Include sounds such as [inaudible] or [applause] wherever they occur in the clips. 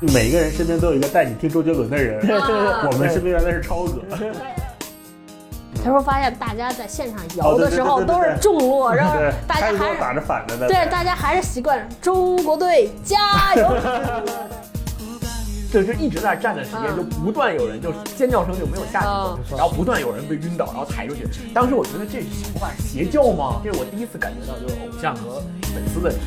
每个人身边都有一个带你听周杰伦的人，我们身边原来是超哥。他说发现大家在现场摇的时候哦对对对对都对是重落，然后对，大家开还锅是打着反着的，对大家还是习惯中国队加油。就是一直在站的时间，嗯就不断有人就是尖叫声就没有下去过嗯，然后不断有人被晕倒，然后抬出去。当时我觉得这是想法是邪教吗？这是我第一次感觉到就是偶像和粉丝的 [laughs]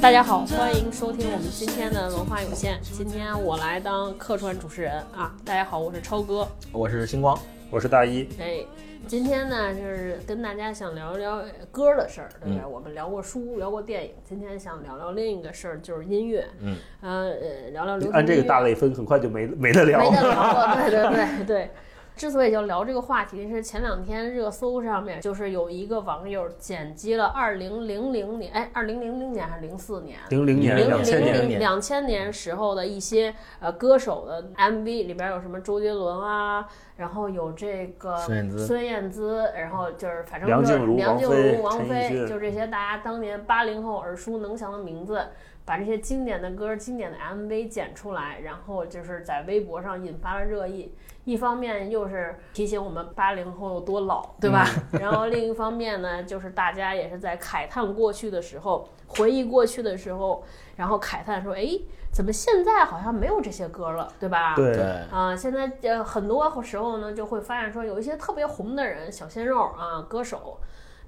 大家好，欢迎收听我们今天的文化有限。今天我来当客串主持人啊！大家好，我是超哥。我是星光，我是大一，哎，今天呢，就是跟大家想聊一聊歌的事儿，对嗯吧？我们聊过书，聊过电影，今天想聊聊另一个事儿，就是音乐。嗯，呃，聊聊流行音乐。按这个大类分，很快就没没得聊没。得聊了，对对对 [laughs] 对。之所以就聊这个话题，是前两天热搜上面就是有一个网友剪辑了二零零零年，哎，二零零零年还是零四年？零零年、零两千零年，零两千年时候的一些呃歌手的 MV 里边有什么周杰伦啊，然后有这个孙燕姿孙燕姿，然后就是反正梁就是静茹梁王静菲茹、王陈奕菲，迅就这些大家当年八零后耳熟能详的名字，把这些经典的歌、经典的 MV 剪出来，然后就是在微博上引发了热议。一方面又是提醒我们八零后有多老，对吧？嗯 [laughs] 然后另一方面呢，就是大家也是在慨叹过去的时候，回忆过去的时候，然后慨叹说：“哎，怎么现在好像没有这些歌了，对吧？”。对，啊、现在呃很多时候呢，就会发现说有一些特别红的人，小鲜肉啊，歌手，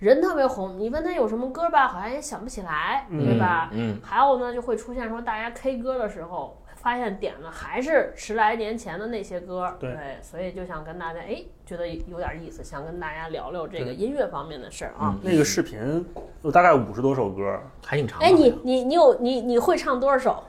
人特别红，你问他有什么歌吧，好像也想不起来，对吧？嗯，还有呢，就会出现说大家 K 歌的时候，发现点的还是十来年前的那些歌，对所以就想跟大家哎，觉得有点意思，想跟大家聊聊这个音乐方面的事儿啊。那个视频有大概五十多首歌，还挺长的。哎，你你你有你你会唱多少首？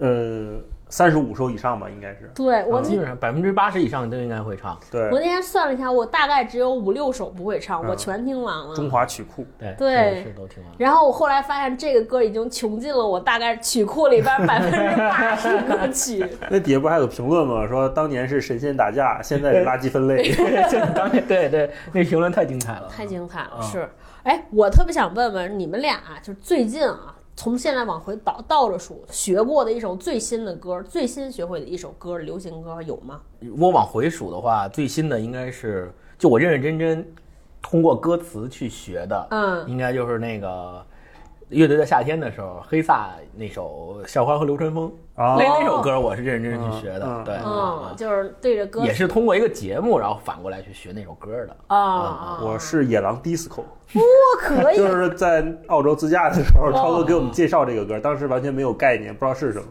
呃，三十五首以上吧，应该是。对我基本上百分之八十以上都应该会唱。我对，那天算了一下，我大概只有五六首不会唱，我全听完了。嗯中华曲库，对，对是是都听完了。然后我后来发现这个歌已经穷尽了我大概曲库里 [laughs] 边百分之八十歌曲。那底下不是还有评论吗？说当年是神仙打架，现在是垃圾分类。 [laughs] 当年对对，那评论太精彩了，太精彩啊了，是。哎，我特别想问问你们俩、就是最近啊，从现在往回倒倒着数，学过的一首最新的歌，最新学会的一首歌，流行歌有吗？我往回数的话，最新的应该是就我认认真真通过歌词去学的，嗯应该就是那个乐队在夏天的时候，黑撒那首《校花和刘春风》啊那那首歌我是认认真真去学的，嗯对，嗯，就是对着歌啊也是通过一个节目，然后反过来去学那首歌的。啊啊， [laughs] 我是野狼 disco，我可以哦就。是在澳洲自驾的时候，超哥给我们介绍这个歌，当时完全没有概念，不知道是什么，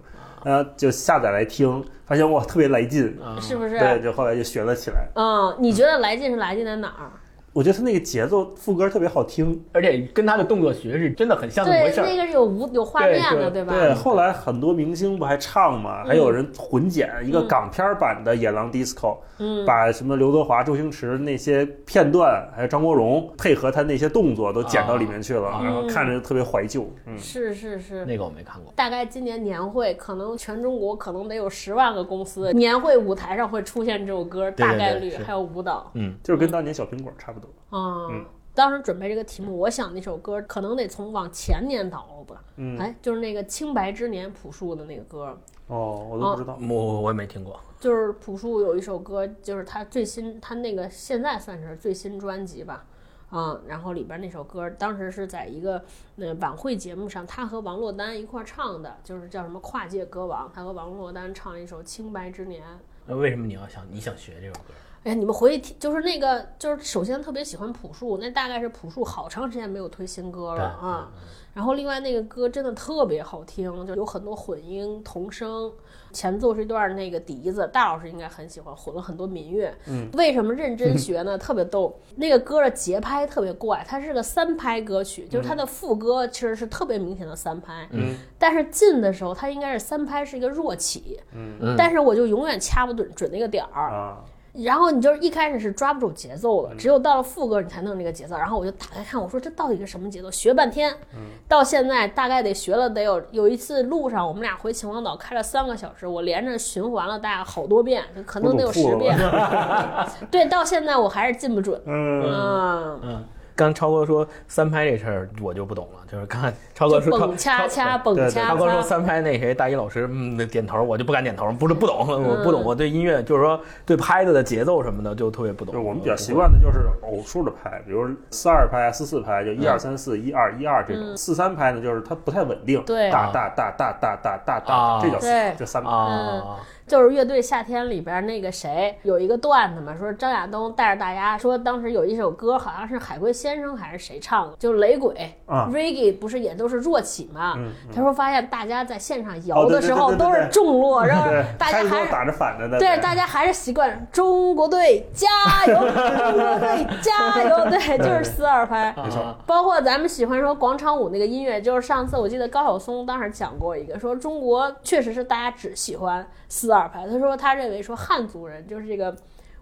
呃，就下载来听，发现哇，特别来劲，是不对，是？就后来就学了起来。嗯，你觉得来劲是来劲在哪儿？我觉得他那个节奏副歌特别好听，而且跟他的动作学是真的很像那么回对，事那儿。个是有无有画对面的，对吧？嗯对，后来很多明星不还唱嘛，还有人混剪一个嗯港片版的《野狼 DISCO》，嗯，把什么刘德华、周星驰那些片段，还有张国荣配合他那些动作都剪到里面去了，啊然后看着就特别怀旧。嗯，是是是。那个我没看过。大概今年年会，可能全中国可能得有十万个公司年会舞台上会出现这首歌，对大概率对是还有舞蹈就是跟当年小苹果差不多。啊。嗯当时准备这个题目，我想那首歌可能得从往前年倒了吧，嗯哎，就是那个《清白之年》朴树的那个歌，哦，我都不知道。我我也没听过，就是朴树有一首歌，就是他最新，他那个现在算是最新专辑吧，嗯，然后里边那首歌当时是在一个呃晚会节目上，他和王珞丹一块儿唱的，就是叫什么跨界歌王，他和王珞丹唱了一首《清白之年》。那为什么你要想你想学这首歌？哎呀，你们回去听，就是那个，就是首先特别喜欢朴树，那大概是朴树好长时间没有推新歌了对啊。然后另外那个歌真的特别好听，就有很多混音、童声，前奏是一段那个笛子，大老师应该很喜欢，混了很多民乐。嗯，为什么认真学呢？特别逗，那个歌的节拍特别怪，它是个三拍歌曲，就是它的副歌其实是特别明显的三拍，嗯，但是进的时候它应该是三拍是一个弱起，嗯，但是我就永远掐不准准那个点儿，啊，然后你就是一开始是抓不住节奏嗯的，只有到了副歌你才弄这个节奏。然后我就打开看，我说这到底是什么节奏？学半天，嗯到现在大概得学了得有有一次路上我们俩回秦皇岛开了三个小时，我连着循环了大概好多遍，就可能得有我都十吐了 [laughs] 遍。对，到现在我还是进不准。嗯，嗯，嗯，刚超哥说三拍这事儿，我就不懂了，就是看超哥就说蹦超恰恰蹦对对恰超哥恰，说三拍那谁大一老师，嗯，点头，我就不敢点头，不是不懂，我不懂，我对音乐就是说对拍子的节奏什么的就特别不就是懂。我们比较习惯的就是偶数的拍，比如四二拍、四四拍，就嗯一二三四、一二一二这种。四三拍呢，就是它不太稳定，对大大大大大大大大，啊这叫四对这三拍。啊，就是乐队夏天里边那个谁有一个段子嘛，说张亚东带着大家说，当时有一首歌好像是海龟先生还是谁唱的，就是雷鬼、啊 reggae 不是也都是弱起嘛？嗯他说发现大家在现场哦摇对的对时候对对都对是重 [laughs] 落，然后对，大开家始还都是打着反着的，对，大家还是习惯中国队加 [laughs] 油，中国队加油，对，就是四二拍。没错啊包括咱们喜欢说广场舞那个音乐，就是上次我记得高晓松当时讲过一个，说中国确实是大家只喜欢四二拍。他说他认为说汉族人就是这个，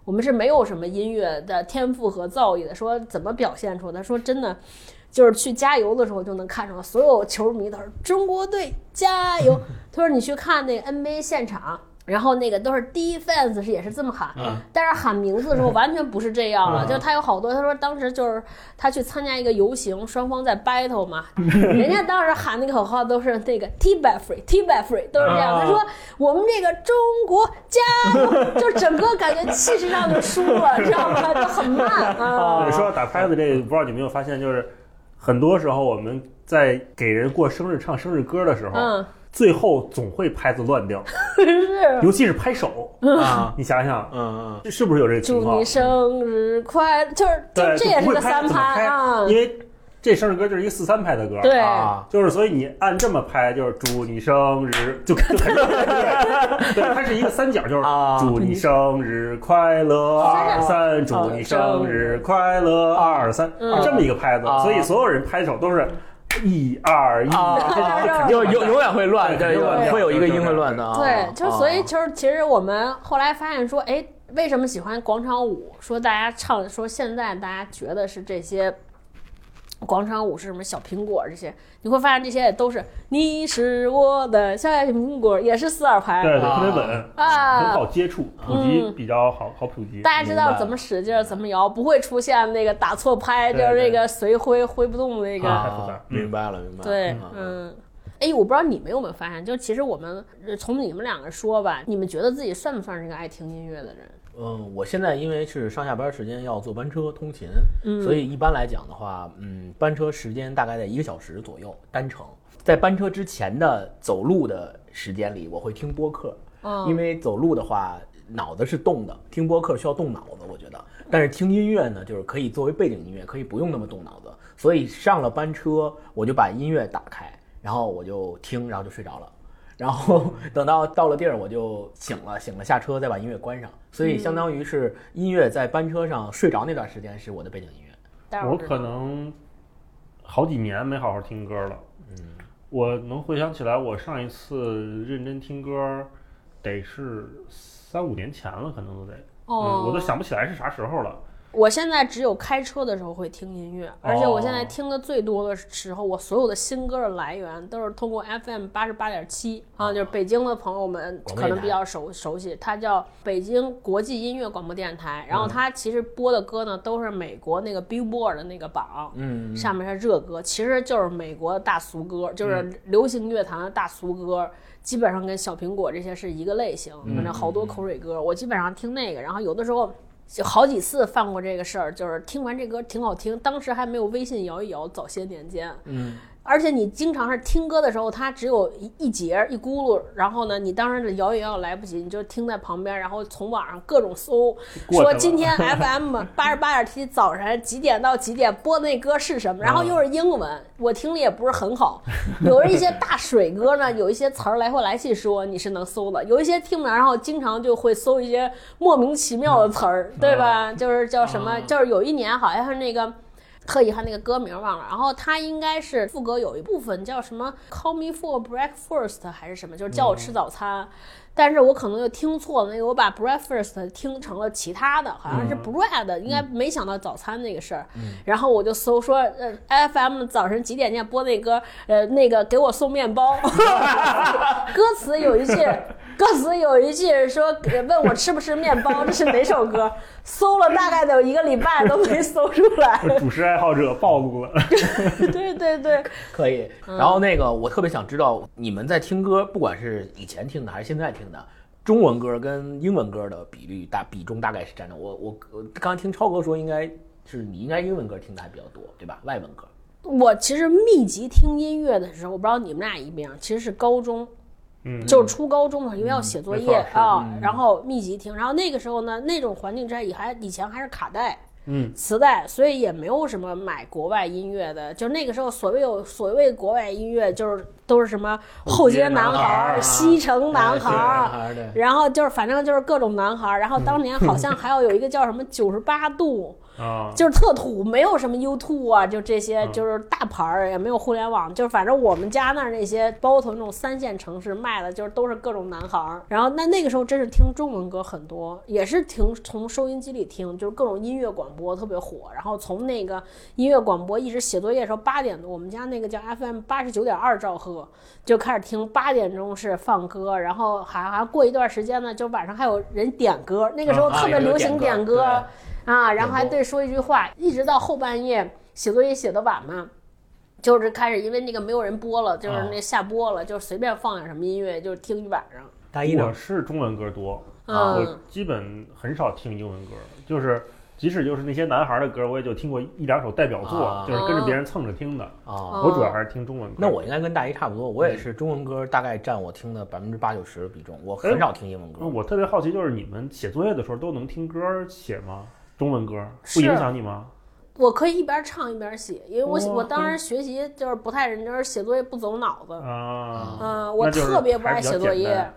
我们是没有什么音乐的天赋和造诣的。说怎么表现出？他说真的。就是去加油的时候就能看出来，所有球迷都是中国队加油。 [laughs] 他说你去看那个 NBA 现场，然后那个都是 defense 是也是这么喊，但是喊名字的时候完全不是这样了。就他有好多，他说当时就是他去参加一个游行，双方在 battle 嘛，人家当时喊那个口号都是那个 Tibet free Tibet free 都是这样。啊他说我们这个中国加油，就整个感觉气势上就输了，知道吗？就很慢 [laughs] 啊。你说到打拍子这个，不知道你有没有发现，就是很多时候我们在给人过生日、唱生日歌的时候，嗯，最后总会拍子乱掉， [laughs] 是。尤其是拍手。啊，你想想，嗯这是不是有这个情祝况你？生日快乐，就是就对，这也就是不会个拍三怎么拍拍啊，因为这生日歌就是一个四三拍的歌。对嗯，啊，就是，所以你按这么拍，就是祝你生日，就就肯定对，它是一个三角，就是啊祝你生日快乐，二三，祝你生日快乐，二三，嗯这么一个拍子啊，所以所有人拍手都是一二一，啊这肯定有有永远会乱，对对，永远会有一个音会乱的啊。对，就是所以啊就是其实我们后来发现说，哎，为什么喜欢广场舞？说大家唱，说现在大家觉得是这些。广场舞是什么小苹果这些，你会发现这些也都是你是我的小苹果，也是四二拍对对，啊特别稳，啊，很好接触，普及嗯比较好好普及。大家知明道白怎么使劲儿，怎么摇，不会出现那个打错拍，就对是对那个随挥挥不动那个。啊太复杂嗯明白了，明白了。对啊，嗯。哎，我不知道你们有没有发现，就其实我们呃从你们两个说吧，你们觉得自己算不算是个爱听音乐的人？嗯，我现在因为是上下班时间要坐班车通勤，嗯所以一般来讲的话，嗯，班车时间大概在一个小时左右单程。在班车之前的走路的时间里，我会听播客，哦因为走路的话脑子是动的，听播客需要动脑子，我觉得。但是听音乐呢，就是可以作为背景音乐，可以不用那么动脑子。所以上了班车，我就把音乐打开，然后我就听，然后就睡着了。然后 [laughs] 等到到了地儿，我就醒了，醒了下车再把音乐关上，所以相当于是音乐在班车上睡着那段时间是我的背景音乐。但是我可能好几年没好好听歌了。嗯我能回想起来，我上一次认真听歌，得是三五年前了，可能都得。哦嗯，我都想不起来是啥时候了。 [laughs] 我现在只有开车的时候会听音乐，而且我现在听的最多的时候，我所有的新歌的来源都是通过 FM 八十八点七啊，就是北京的朋友们广播可电能比台较熟熟悉，它叫北京国际音乐广播电台。然后它其实播的歌呢，都是美国那个 Billboard 的那个榜，嗯，上面是热歌，其实就是美国的大俗歌，就是流行乐坛的大俗歌，基本上跟小苹果这些是一个类型。反正好多口水歌，我基本上听那个，然后有的时候。就好几次犯过这个事儿，就是听完这歌挺好听，当时还没有微信摇一摇，早些年间，嗯，而且你经常是听歌的时候，它只有一一节儿一咕噜，然后呢，你当时摇一摇来不及，你就听在旁边，然后从网上各种搜，过去说了今 [laughs] 天 FM 八十八点七早晨几点到几点播那歌是什么，嗯然后又是英文，我听力也不是很好，有一些大水歌呢，有一些词儿来回来去说你是能搜的，有一些听不着，然后经常就会搜一些莫名其妙的词儿，对吧？就是叫什么，就是有一年好像是那个。特遗憾那个歌名忘了，然后他应该是副歌有一部分叫什么 “Call me for breakfast” 还是什么，就是叫我吃早餐。但是我可能又听错了那个，我把 breakfast 听成了其他的，好像是 bread，应该没想到早餐那个事儿。然后我就搜说，呃，FM 早晨几点见播那歌，呃，那个给我送面包。 [laughs] 歌词有一句，歌词有一句说呃问我吃不吃面 [laughs] 包，这是哪首歌？搜了大概得有一个礼拜都没搜出 [laughs] 来。主食爱好者暴露了，对对对，可以。嗯然后那个，我特别想知道你们在听歌，不管是以前听的还是现在听的，中文歌跟英文歌的比率大比重大概是占的。我我我刚才听超哥说，应该是你应该英文歌听的还比较多，对吧？外文歌。我其实密集听音乐的时候，我不知道你们俩一不一样，其实是高中，嗯就是初高中的时候，因为要写作没业错是啊，然后密集听，然后那个时候呢，那种环境之下也还以前还是卡带。嗯，磁带，所以也没有什么买国外音乐的。就那个时候，所谓有所谓国外音乐，就是都是什么后街男孩后街男孩儿、啊西城男孩男儿，孩对。然后就是反正就是各种男孩儿。然后当年好像还要有一个叫什么九十八度，啊，就是特土，没有什么 YouTube 啊，就这些嗯就是大牌儿，也没有互联网，就是反正我们家那儿那些包头那种三线城市卖的，就是都是各种男孩儿。然后那那个时候真是听中文歌很多，也是听从收音机里听，就是各种音乐广播特别火。然后从那个音乐广播一直写作业的时候八点，我们家那个叫 FM 八十九点二兆赫，就开始听，八点钟是放歌，然后还还过一段时间呢，就晚上还有人点歌，那个时候啊啊特别有流点行歌点歌对啊，然后还对说一句话，一直到后半夜写作业写的晚嘛。就是开始，因为那个没有人播了，就是啊那下播了，就是随便放点什么音乐，就是听一晚上。大一呢我？是中文歌多，啊我基本很少听英文歌，就是即使就是那些男孩的歌，我也就听过一两首代表作，啊就是跟着别人蹭着听的。啊，哦我主要还是听中文歌。那我应该跟大一差不多，我也是中文歌大概占我听的百分之八九十的比重，我很少听英文那歌。呃我特别好奇，就是你们写作业的时候都能听歌写吗？中文歌是不影响你吗？我可以一边唱一边写，因为我哇嗯我当时学习就是不太认真，写作业不走脑子。啊，嗯、我那就是特别不还爱是比较写作简业单，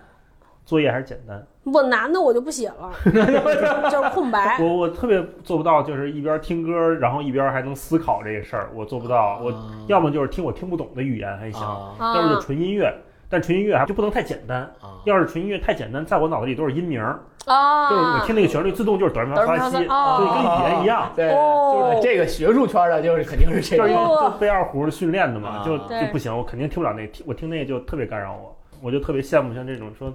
作业还是简单。不难的我就不写 [laughs] 了，就是空白。我我特别做不到，就是一边听歌，然后一边还能思考这个事儿，我做不到。我啊要么就是听我听不懂的语言还行，啊啊要么就纯音乐，但纯音乐还就不能太简单。啊要是纯音乐太简单，在我脑子里都是音名儿，啊，就是我听那个旋律自动就是哆来咪哆发来咪嗦发拉西，嗦所以跟语言一样。对哦就是这个学术圈的，就是肯定是这就是因个为就背二胡训练的嘛，啊就就对不行，我肯定听不了那，听我听那个就特别干扰我，我就特别羡慕像这种说，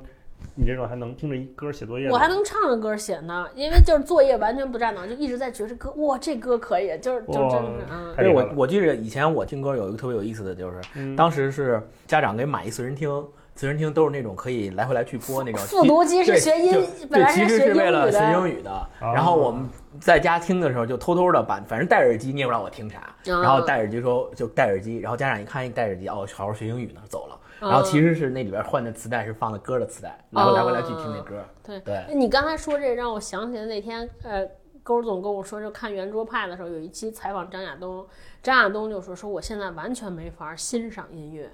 你这种还能听着一歌写作业的，我还能唱着歌写呢，因为就是作业完全不占脑，就一直在觉着歌，哇，这歌可以，就是就真哇是嗯太对厉害我了，我记得以前我听歌有一个特别有意思的，就是嗯当时是家长给买一随身听，随身听都是那种可以来回来去播那种。复读机是对学音就，本来对，其实学是英为了语学的英语的。然后我们在家听的时候，就偷偷的把，反正戴耳机，你也不知道我听啥。嗯啊然后戴耳机说就戴耳机，然后家长一看一戴耳机，哦，好好学英语呢，走了。嗯然后其实是那里边换的磁带是放的歌的磁带，来回来回来去听那歌。哦对对你刚才说这让我想起来那天，呃，勾儿总跟我说，就看圆桌派的时候，有一期采访张亚东，张亚东就说说我现在完全没法欣赏音乐。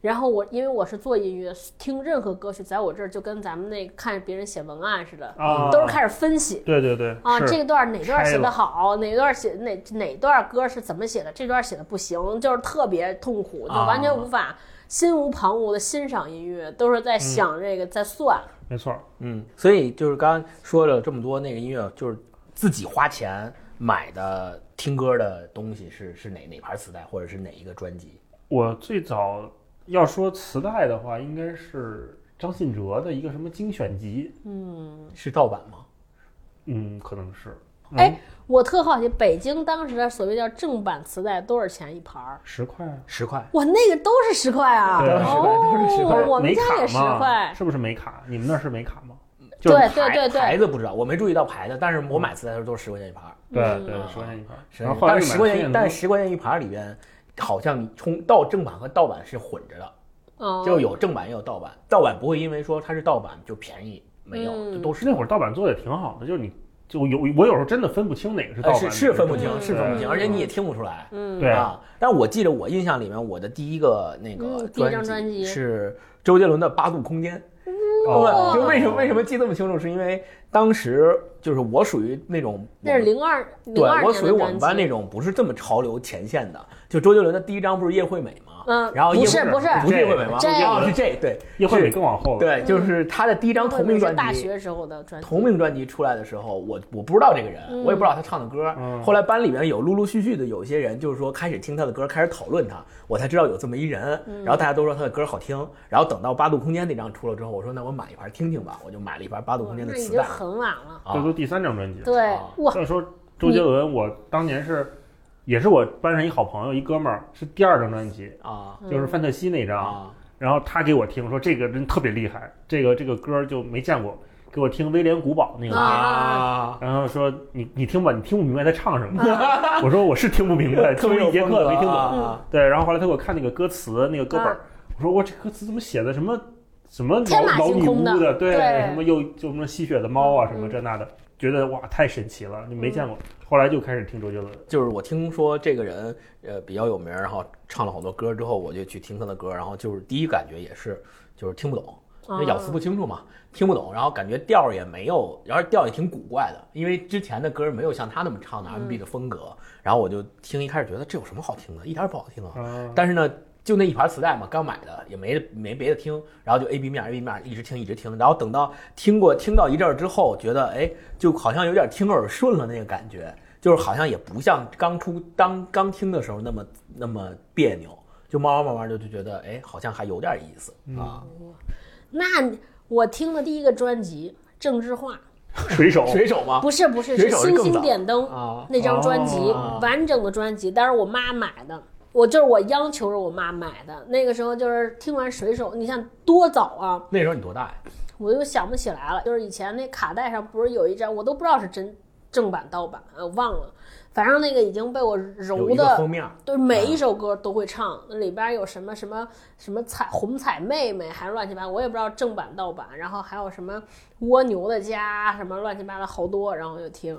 然后我因为我是做音乐，听任何歌曲在我这儿就跟咱们那看别人写文案似的，嗯啊都是开始分析。对对对啊，是这段哪段拆写的了好，哪段写哪哪段歌是怎么写的，这段写的不行，就是特别痛苦，就啊完全无法、心无旁骛的欣赏音乐，都是在嗯想这个，在算。没错，嗯，所以就是刚刚说了这么多那个音乐，就是自己花钱买的听歌的东西是是哪哪盘磁带，或者是哪一个专辑？我最早要说磁带的话，应该是张信哲的一个什么精选集，是盗版吗？嗯，可能是，嗯哎，我特好奇，北京当时的所谓叫正版磁带多少钱一盘儿？十块啊，十块哇，那个都是十块啊！对哦，我们没家卡也十吗块。是不是没卡？你们那儿是没卡吗？就是对对牌对牌对，子不知道，我没注意到牌子，但是我买磁带的时候都是十块钱一盘儿。对嗯对，十块钱一盘儿，是然后后来但又是买十块孙钱，燕但姿是十块钱一盘儿里边，好像你充到正版和盗版是混着的，嗯，就有正版也有盗版，盗版不会因为说它是盗版就便宜，没有，嗯就都是那会儿盗版做的也挺好的，就是你就有我有时候真的分不清哪个是盗呃版，是是分不哪个清，嗯是分不对清，而且你也听不出来。嗯，对啊，但我记得我印象里面，我的第一个那个嗯第一张专辑辑是周杰伦的《八度空间》。哦嗯哦对就为什么为什么记这么清楚，是因为当时就是我属于那种我那是们零二零对二我年属于我们的班专那辑。种不是这么潮流前线的。就周杰伦的第一张不是《叶惠美》吗？嗯然后不叶是惠美不是不是叶惠美吗？这嗯哦是这对叶惠美是更往后了。，对，就是他的第一张同名专是大辑学时候的专辑，同名专辑出来的时候，我我不知道这个人，我也不知道他唱的歌。嗯后来班里面有陆陆续续的有些人，就是说开始听他的歌，开始讨论他，我才知道有这么一人。嗯然后大家都说他的歌好听。然后等到《八度空间》那张出了之后，我说那我买一盘听听吧，我就买了一盘《八度空间》那的已磁经带。很晚了。这啊都第三张专辑。对啊，哇，要说周杰伦，我当年是也是我班上一好朋友，一哥们儿，是第二张专辑，啊嗯就是范特西哦那张。啊！然后他给我听说这个人特别厉害，这个这个歌儿就没见过，给我听威廉古堡那个啊歌。然后说你你听吧，你听不明白他唱什么。啊 [laughs] 我说我是听不明 [laughs] 白，特听别了一节课没听懂。啊对，然后后来他给我看那个歌词，那个歌本儿，我说我这歌词怎么写的什么什么老啊天马老行女空巫的的，对，对什么又就什么吸血的猫啊，什么嗯这那的，觉得哇太神奇了，你没见过。后来就开始听周杰伦，就是我听说这个人呃比较有名儿，然后唱了好多歌之后，我就去听他的歌，然后就是第一感觉也是就是听不懂，因为咬嗯嗯字不清楚嘛，听不懂，然后感觉调儿也没有，然后调儿也挺古怪的，因为之前的歌没有像他那么唱的 R&B 的风格，然后我就听一开始觉得这有什么好听的，一点儿也不好听啊，啊，但是呢。就那一盘磁带嘛，刚买的也没没别的听，然后就 A B 面 A B 面一直听一直听，然后等到听过听到一阵儿之后，觉得哎，就好像有点听耳顺了那个感觉，就是好像也不像刚出当刚听的时候那么那么别扭，就慢慢慢慢就就觉得哎，好像还有点意思啊。那你我听的第一个专辑《郑智化水手》，水手吗？不是不是水是手《是星更星早点哦灯》啊那张专辑哦，完整的专辑，当时我妈买的。我就是我央求着我妈买的，那个时候就是听完《水手》，你看多早啊！那时候你多大呀？我又想不起来了，就是以前那卡带上不是有一张，我都不知道是真正版盗版，呃，忘了，反正那个已经被我有揉一个的封面，嗯对，每一首歌都会唱，那里边有什么什么什么彩红彩妹妹，还是乱七八糟，我也不知道正版盗版，然后还有什么蜗牛的家，什么乱七八糟好多，然后我就听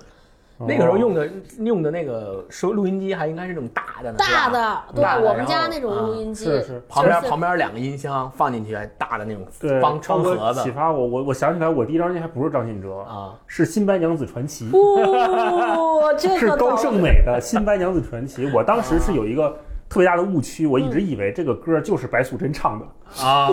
哦那个时候用的用的那个收录音机还应该是那种大的呢，是吧大的，对大的我们然家后那种啊录音机，是是旁边就是旁边两个音箱放进去，大的那种对，方超窗哥盒启子发我，我我想起来，我第一张专辑还不是张信哲， [laughs] 啊，是新白娘子传奇。嗯不，[laughs] 这是个高早胜美的《新白娘子传奇》，我当时是有一个特别大的误区，我一嗯直以为这个歌就是白素贞唱的，啊，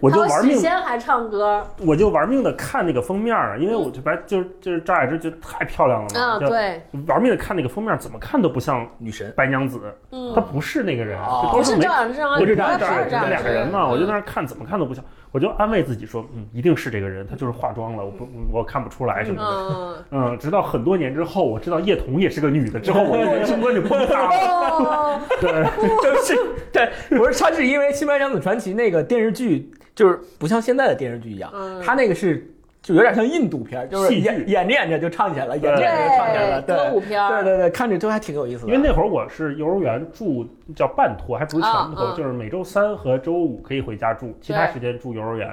我就还有玩许命，仙还唱歌，我就玩命的看那个封面啊，因为我就白就是就是赵雅芝就太漂亮了嘛，嗯啊，就对，玩命的看那个封面，怎么看都不像女神 [laughs] 白娘子，嗯她，不是那个人，哦就不高是胜这美。样，这样，我不就是这这样，样，这不是这样，两个人嘛，嗯我就在那儿看，怎么看都不像，我就安慰自己说，嗯，一定是这个人，他就是化妆了，我不我看不出来什么的。嗯，嗯，直到很多年之后，我知道叶童也是个女的，之后我的 [laughs] 人生观就崩塌了。哦，对，就是对，不是，他是因为《新白娘子传奇》那个电视剧，就是不像现在的电视剧一样，嗯他那个是就有点像印度片儿，就是戏剧演演着演着就唱起来了，演着对演着就唱起来了，歌舞啊对，片儿对对对，看着都还挺有意思的。因为那会儿我是幼儿园住叫半托，还不是全托，啊啊就是每周三和周五可以回家住，其他时间住幼儿园。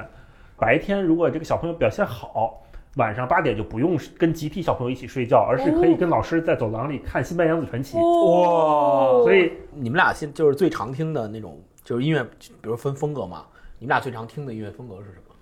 白天如果这个小朋友表现好，晚上八点就不用跟集体小朋友一起睡觉，而是可以跟老师在走廊里看《新白娘子传奇》哦所以你们俩现就是最常听的那种，就是音乐，比如分风格嘛，你们俩最常听的音乐风格是什么？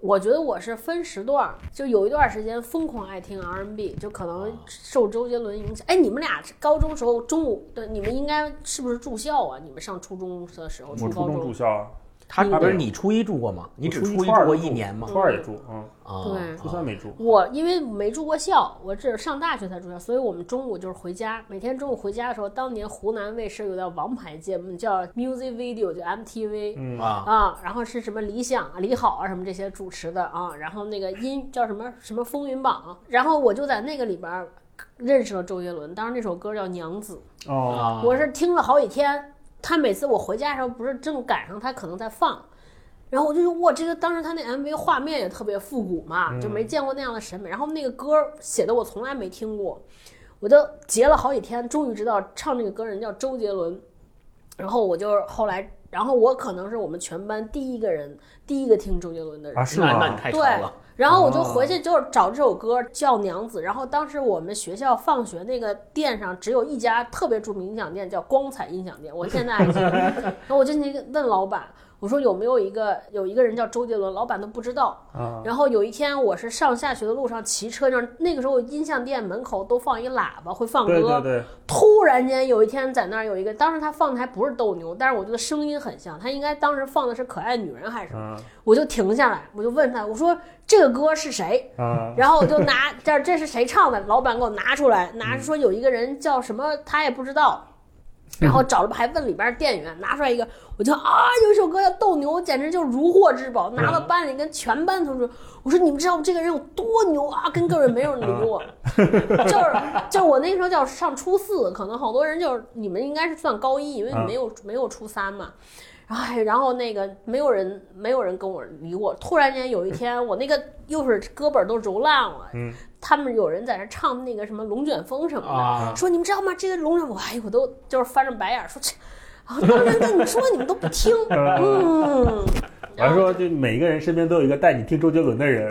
我觉得我是分时段儿，就有一段时间疯狂爱听 R&B，就可能受周杰伦影响。哎，你们俩高中时候中午对，你们应该是不是住校啊？你们上初中的时候，我初高中住中，校啊，他嗯不是你初一住过吗？你只我初初一住初二过住一年吗？初二也住，嗯，啊，对初三没住。我因为没住过校，我只上大学才住校，所以我们中午就是回家。每天中午回家的时候，当年湖南卫视有叫王牌节目叫 Music Video，就 MTV，嗯啊，啊，然后是什么理想啊、李好啊什么这些主持的啊，然后那个音叫什么什么风云榜，啊然后我就在那个里边儿认识了周杰伦，当时那首歌叫《娘子哦，》，啊我是听了好几天，他每次我回家的时候不是正赶上他可能在放。然后我就说哇，这个当时他那 MV 画面也特别复古嘛，就没见过那样的审美。然后那个歌儿写的我从来没听过，我就截了好几天，终于知道唱这个歌人叫周杰伦。然后我就后来，然后我可能是我们全班第一个人，第一个听周杰伦的人。啊是那吗？那你太潮对了，，然后我哦就回去就找这首歌叫《娘子》，然后当时我们学校放学那个店上只有一家特别著名音响店，叫光彩音响店，我现在还记 [laughs] 得。然后我就去问老板，我说有没有一个有一个人叫周杰伦，老板都不知道。啊，然后有一天我是上下学的路上骑车，那那个时候音像店门口都放一喇叭，会放歌。对对对，突然间有一天在那儿有一个，当时他放的还不是斗牛，但是我觉得声音很像，他应该当时放的是《可爱女人》还是什么，啊我就停下来，我就问他，我说这个歌是谁？ [laughs] 啊，然后我就拿这这是谁唱的？老板给我拿出来，拿出说有一个人叫什么，他也不知道。然后找了还问里边店员，拿出来一个，我就啊，有一首歌叫《斗牛》，简直就如获至宝，拿到班里跟全班同学，我说你们知道我这个人有多牛啊，跟各位没有人理我， [laughs] 就是就是我那时候叫上初四，可能好多人就是你们应该是算高一，因为你没有、没有初三嘛。哎，然后那个没有人，没有人跟我理我。突然间有一天，我那个右手胳膊儿都揉烂了。嗯，他们有人在那唱那个什么《龙卷风》什么的，啊说你们知道吗？这个龙卷风，哎，我都就是翻着白眼儿说这，啊，当然跟你说你们都不听，嗯，呃我还说，就每一个人身边都有一个带你听周杰伦的人，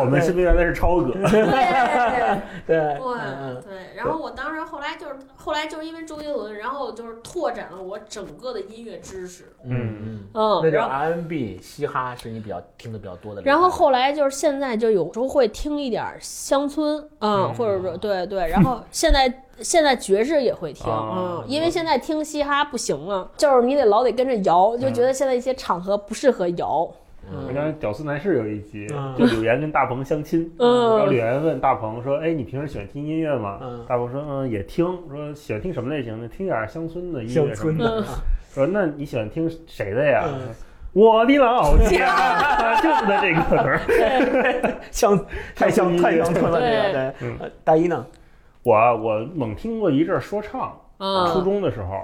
[laughs] 我们身边原来是超哥， [laughs] 对。对，嗯嗯对对，然后我当时后来就是后来就是因为周杰伦，然后就是拓展了我整个的音乐知识。嗯，嗯，那就然后 R&B 嘻哈是你比较听的比较多的类型。然后后来就是现在就有时候会听一点儿乡村啊、嗯或者说对对，然后现在。现在爵士也会听，啊嗯，因为现在听嘻哈不行了，就是你得老得跟着摇，就觉嗯得现在一些场合不适合摇，我刚才《屌丝男士》有一集，嗯就柳岩跟大鹏相亲，嗯然后柳岩问大鹏说：“哎，你平时喜欢听音乐吗？”嗯大鹏说：“嗯，也听。”说喜欢听什么类型的？听点儿乡村的音乐乡什么村的。嗯，说那你喜欢听谁的呀？嗯我的老家就是的这个词儿。乡太乡太乡村了，对这个嗯对。呃大一呢？我啊我猛听过一阵儿说唱，初嗯中的时候，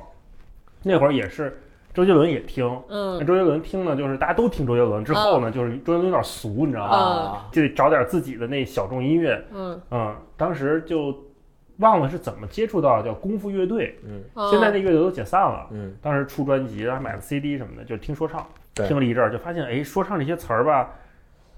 那会儿也是周杰伦也听。那嗯周杰伦听呢，就是大家都听周杰伦之后呢，就是周杰伦有点俗，你知道吗？嗯啊就得找点自己的那小众音乐。嗯嗯，当时就忘了是怎么接触到叫功夫乐队，嗯，现在那乐队都解散了。嗯，当时出专辑，然啊后买了 CD 什么的，就听说唱，对听了一阵儿，就发现哎，说唱这些词儿吧，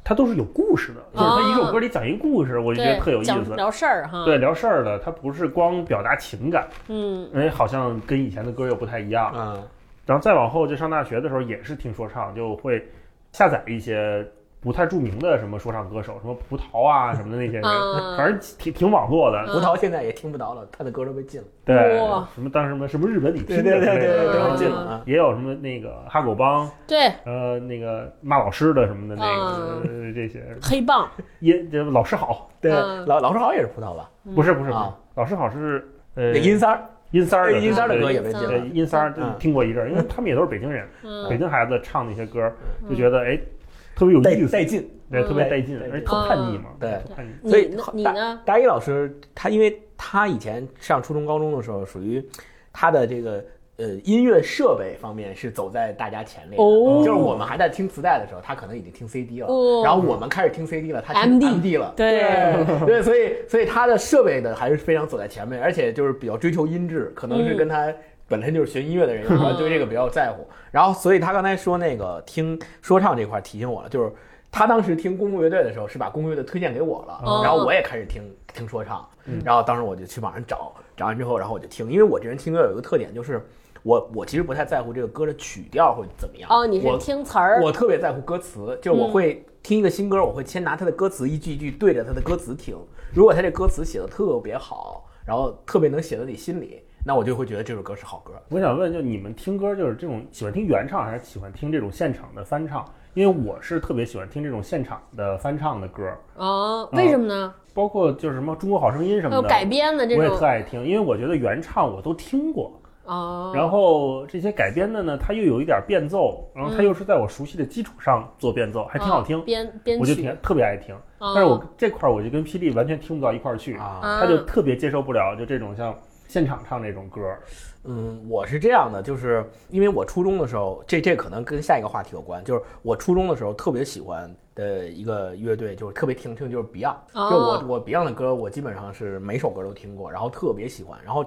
它都是有故事的，就是它一首歌里讲一故事，我就觉得哦对特有意讲思。聊事儿哈，对，，聊事儿的，它不是光表达情感， [laughs] 嗯哎，好像跟以前的歌又不太一样。啊，然后再往后就上大学的时候也是听说唱，就会下载一些不太著名的什么说唱歌手，什么葡萄啊什么的那些人，啊反正挺挺网络的。嗯胡桃现在也听不到了，他的歌都被禁了。对哇，什么当时什么什么日本你听嗯的对对对之类对的对，然后都这禁种了啊。也有什么那个哈狗帮，对，呃，那个骂老师的什么的那个、嗯呃这些，黑棒，也这老师好，对，嗯老老师好也是葡萄吧？嗯不是不是不是啊，老师好是呃那音三儿，音三儿的音三儿的对歌也被禁对了。音三儿就嗯听过一阵儿，因为他们也都是北京人，北嗯京孩子唱那些歌儿嗯就觉得哎特别有带意思，带劲，对，特别嗯带劲带，劲嗯而且特叛逆嘛，对特叛逆。所以你呢好你大呢？大一老师他，因为他以前上初中、高中的时候，属于他的这个呃音乐设备方面是走在大家前列的。哦就是我们还在听磁带的时候，他可能已经听 CD 了，哦然后我们开始听 CD 了，他听 MD MD 了。对对对，所以所以他的设备呢还是非常走在前面，而且就是比较追求音质，可嗯能是跟他。本身就是学音乐的人，有关，对这个比较在乎。然后，所以他刚才说那个听说唱这块提醒我了，就是他当时听公共乐队的时候，是把公共乐队推荐给我了，哦然后我也开始听听说唱，嗯然后当时我就去网上找，找完之后，然后我就听，因为我这人听歌有一个特点，就是我我其实不太在乎这个歌的曲调会怎么样，哦，你是我听词儿，我特别在乎歌词，就是我会听一个新歌，我会先拿它的歌词一句一句对着它的歌词听。如果它这歌词写的特别好，然后特别能写到你心里，那我就会觉得这首歌是好歌。我想问，就你们听歌就是这种喜欢听原唱，还是喜欢听这种现场的翻唱？因为我是特别喜欢听这种现场的翻唱的歌，哦，嗯为什么呢？包括就是什么《中国好声音》什还么有的，哦改编的这我也种特爱听，因为我觉得原唱我都听过，哦，然后这些改编的呢，它又有一点变奏，然后它嗯又是在我熟悉的基础上做变奏，还挺好啊听，编编曲，我就挺特别爱听。啊但是我这块儿我就跟霹雳完全听不到一块儿去，啊，他就特别接受不了就这种像现场唱这种歌，嗯，我是这样的，就是因为我初中的时候，这这可能跟下一个话题有关，就是我初中的时候特别喜欢的一个乐队，就是特别听听就是 Beyond，、哦就我我 Beyond 的歌，我基本上是每首歌都听过，然后特别喜欢，然后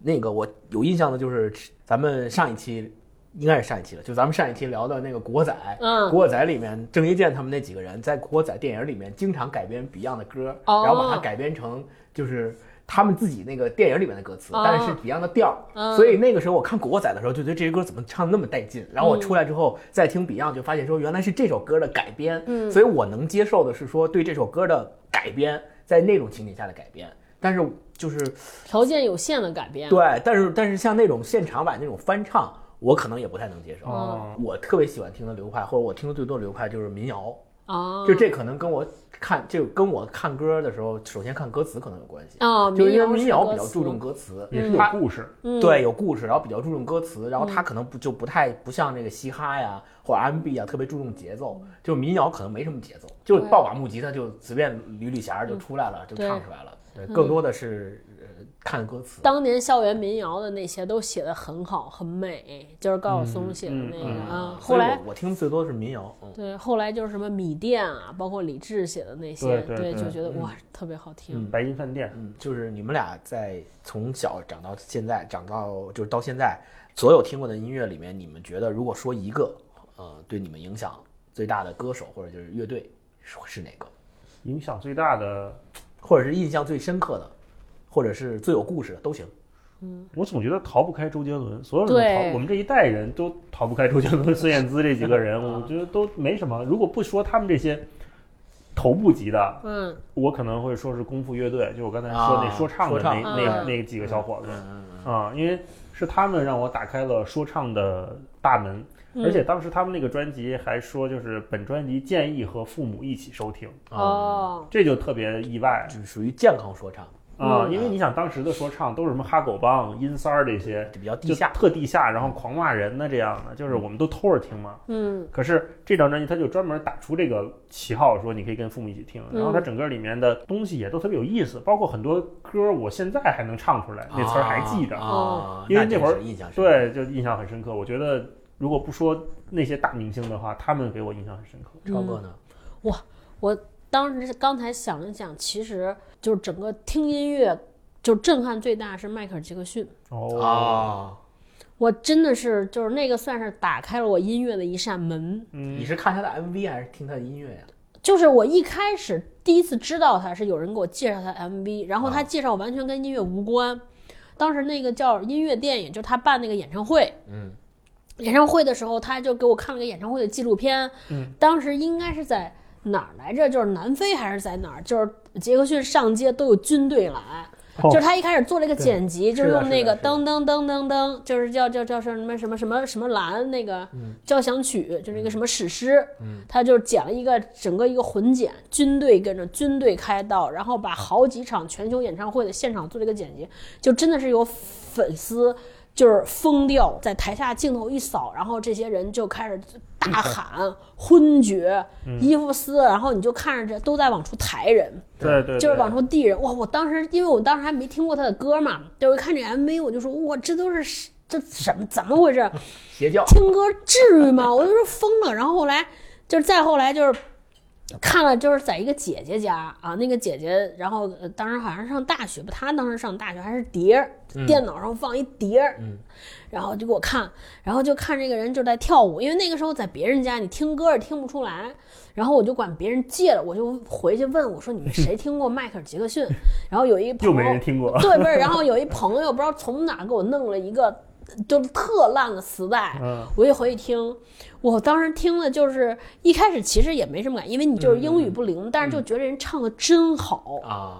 那个我有印象的就是咱们上一期应该是上一期了，就咱们上一期聊的那个《古惑仔》，嗯古惑仔》里面郑伊健他们那几个人在《古惑仔》电影里面经常改编 Beyond 的歌，哦然后把它改编成就是他们自己那个电影里面的歌词，哦但是是 Beyond 的调儿。嗯所以那个时候我看《古惑仔》的时候，就觉得这些歌怎么唱得那么带劲。然后我嗯出来之后再听 Beyond，就发现说原来是这首歌的改编。嗯所以我能接受的是说对这首歌的改编，在那种情景下的改编。但是就是嗯条件有限的改编。对，但是但是像那种现场版那种翻唱，我可能也不太能接受。哦，我特别喜欢听的流派，或者我听的最多的流派就是民谣，啊，就这可能跟我看就跟我看歌的时候，首先看歌词可能有关系，啊，就是因为民民谣谣是比较歌词注重歌词，也是有它故事，嗯对，有故事，然后比较注重歌词，然后它可能不就不太不像那个嘻哈呀或者 R&B 啊特别注重节奏，就民谣可能没什么节奏，就嗯对抱把木吉他就随便捋捋弦儿就出来了，就对嗯唱出来了。对，更多的是呃看歌词。当年校园民谣的那些都写的很好，很美，就是高晓松写的那个嗯嗯啊。后所以来我我听最多的是民谣，嗯。对，后来就是什么米店啊，包括李志写的那些，对对对就觉得哇，特别好听。白银饭店，嗯，就是你们俩在从小长到现在，长到就是到现在，所有听过的音乐里面，你们觉得如果说一个，呃，对你们影响最大的歌手或者就是乐队是是哪个，影响最大的，或者是印象最深刻的，或者是最有故事的都行。我总觉得逃不开周杰伦，所有人都嗯对逃，我们这一代人都逃不开周杰伦、孙燕姿这几个人，我觉得都没什么。如果不说他们这些头部级的，嗯，我可能会说是功夫乐队，就我刚才说那啊说唱的说唱那那嗯那几个小伙子。嗯嗯啊、因为是他们让我打开了说唱的大门，嗯而且当时他们那个专辑还说，就是本专辑建议和父母一起收听，哦，这就特别意外嗯就是属于健康说唱，啊、嗯因为你想当时的说唱都是什么哈狗帮、阴三儿这些，就比较就地下。特地下，然后狂骂人的这样的，就是我们都偷着听嘛。嗯可是这张专辑他就专门打出这个旗号，说你可以跟父母一起听，然后它嗯整个里面的东西也都特别有意思，包括很多歌我现在还能唱出来，那词儿还记着。哦啊，因为那那会儿真是印象深刻，对，就印象很深刻。我觉得如果不说那些大明星的话，他们给我印象很深刻。超哥呢？当时刚才想了想，其实就是整个听音乐，就震撼最大是迈克尔·杰克逊。哦啊，我真的是就是那个算是打开了我音乐的一扇门。嗯你，是看他的 MV 还是听他的音乐呀？就是我一开始第一次知道他是有人给我介绍他的 MV，然后他介绍完全跟音乐无关。当时那个叫音乐电影，就是他办那个演唱会，嗯，演唱会的时候他就给我看了个演唱会的纪录片，嗯，当时应该是在哪儿来着？就是南非还是在哪儿？就是杰克逊上街都有军队来。哦就是他一开始做了一个剪辑，就是的用那是个的是的噔噔噔噔噔，就是叫叫叫什么什么什么什么蓝那个嗯交响曲，就是一个什么史诗，他就剪了一个整个一个混剪，军队跟着军队开道，然后把好几场全球演唱会的现场做了一个剪辑，就真的是有粉丝就是疯掉，在台下镜头一扫，然后这些人就开始大喊昏厥，嗯衣服撕，然后你就看着这都在往出抬人。对对，就是对往出递人。哇，我当时因为我当时还没听过他的歌嘛，就是看这 MV 我就说，哇，这都是这什么怎么回事？邪教听歌至于吗？我就说疯了。然后后来就是再后来就是看了，就是在一个姐姐家啊，那个姐姐，然后、呃当时好像是上大学吧，她当时上大学还是碟儿，嗯电脑上放一碟儿，然后就给我看，然后就看这个人就在跳舞，因为那个时候在别人家你听歌也听不出来。然后我就管别人借了，我就回去问我说：“你们谁听过迈克尔· [laughs] 杰克逊？”然后有一朋又友没人听过。对，不是。然后有一朋友不知道从哪儿给我弄了一个，就是特烂的磁带，嗯我一回去听，我当时听了就是一开始其实也没什么感，因为你就是英语不灵，但是就觉得人唱的真好嗯啊，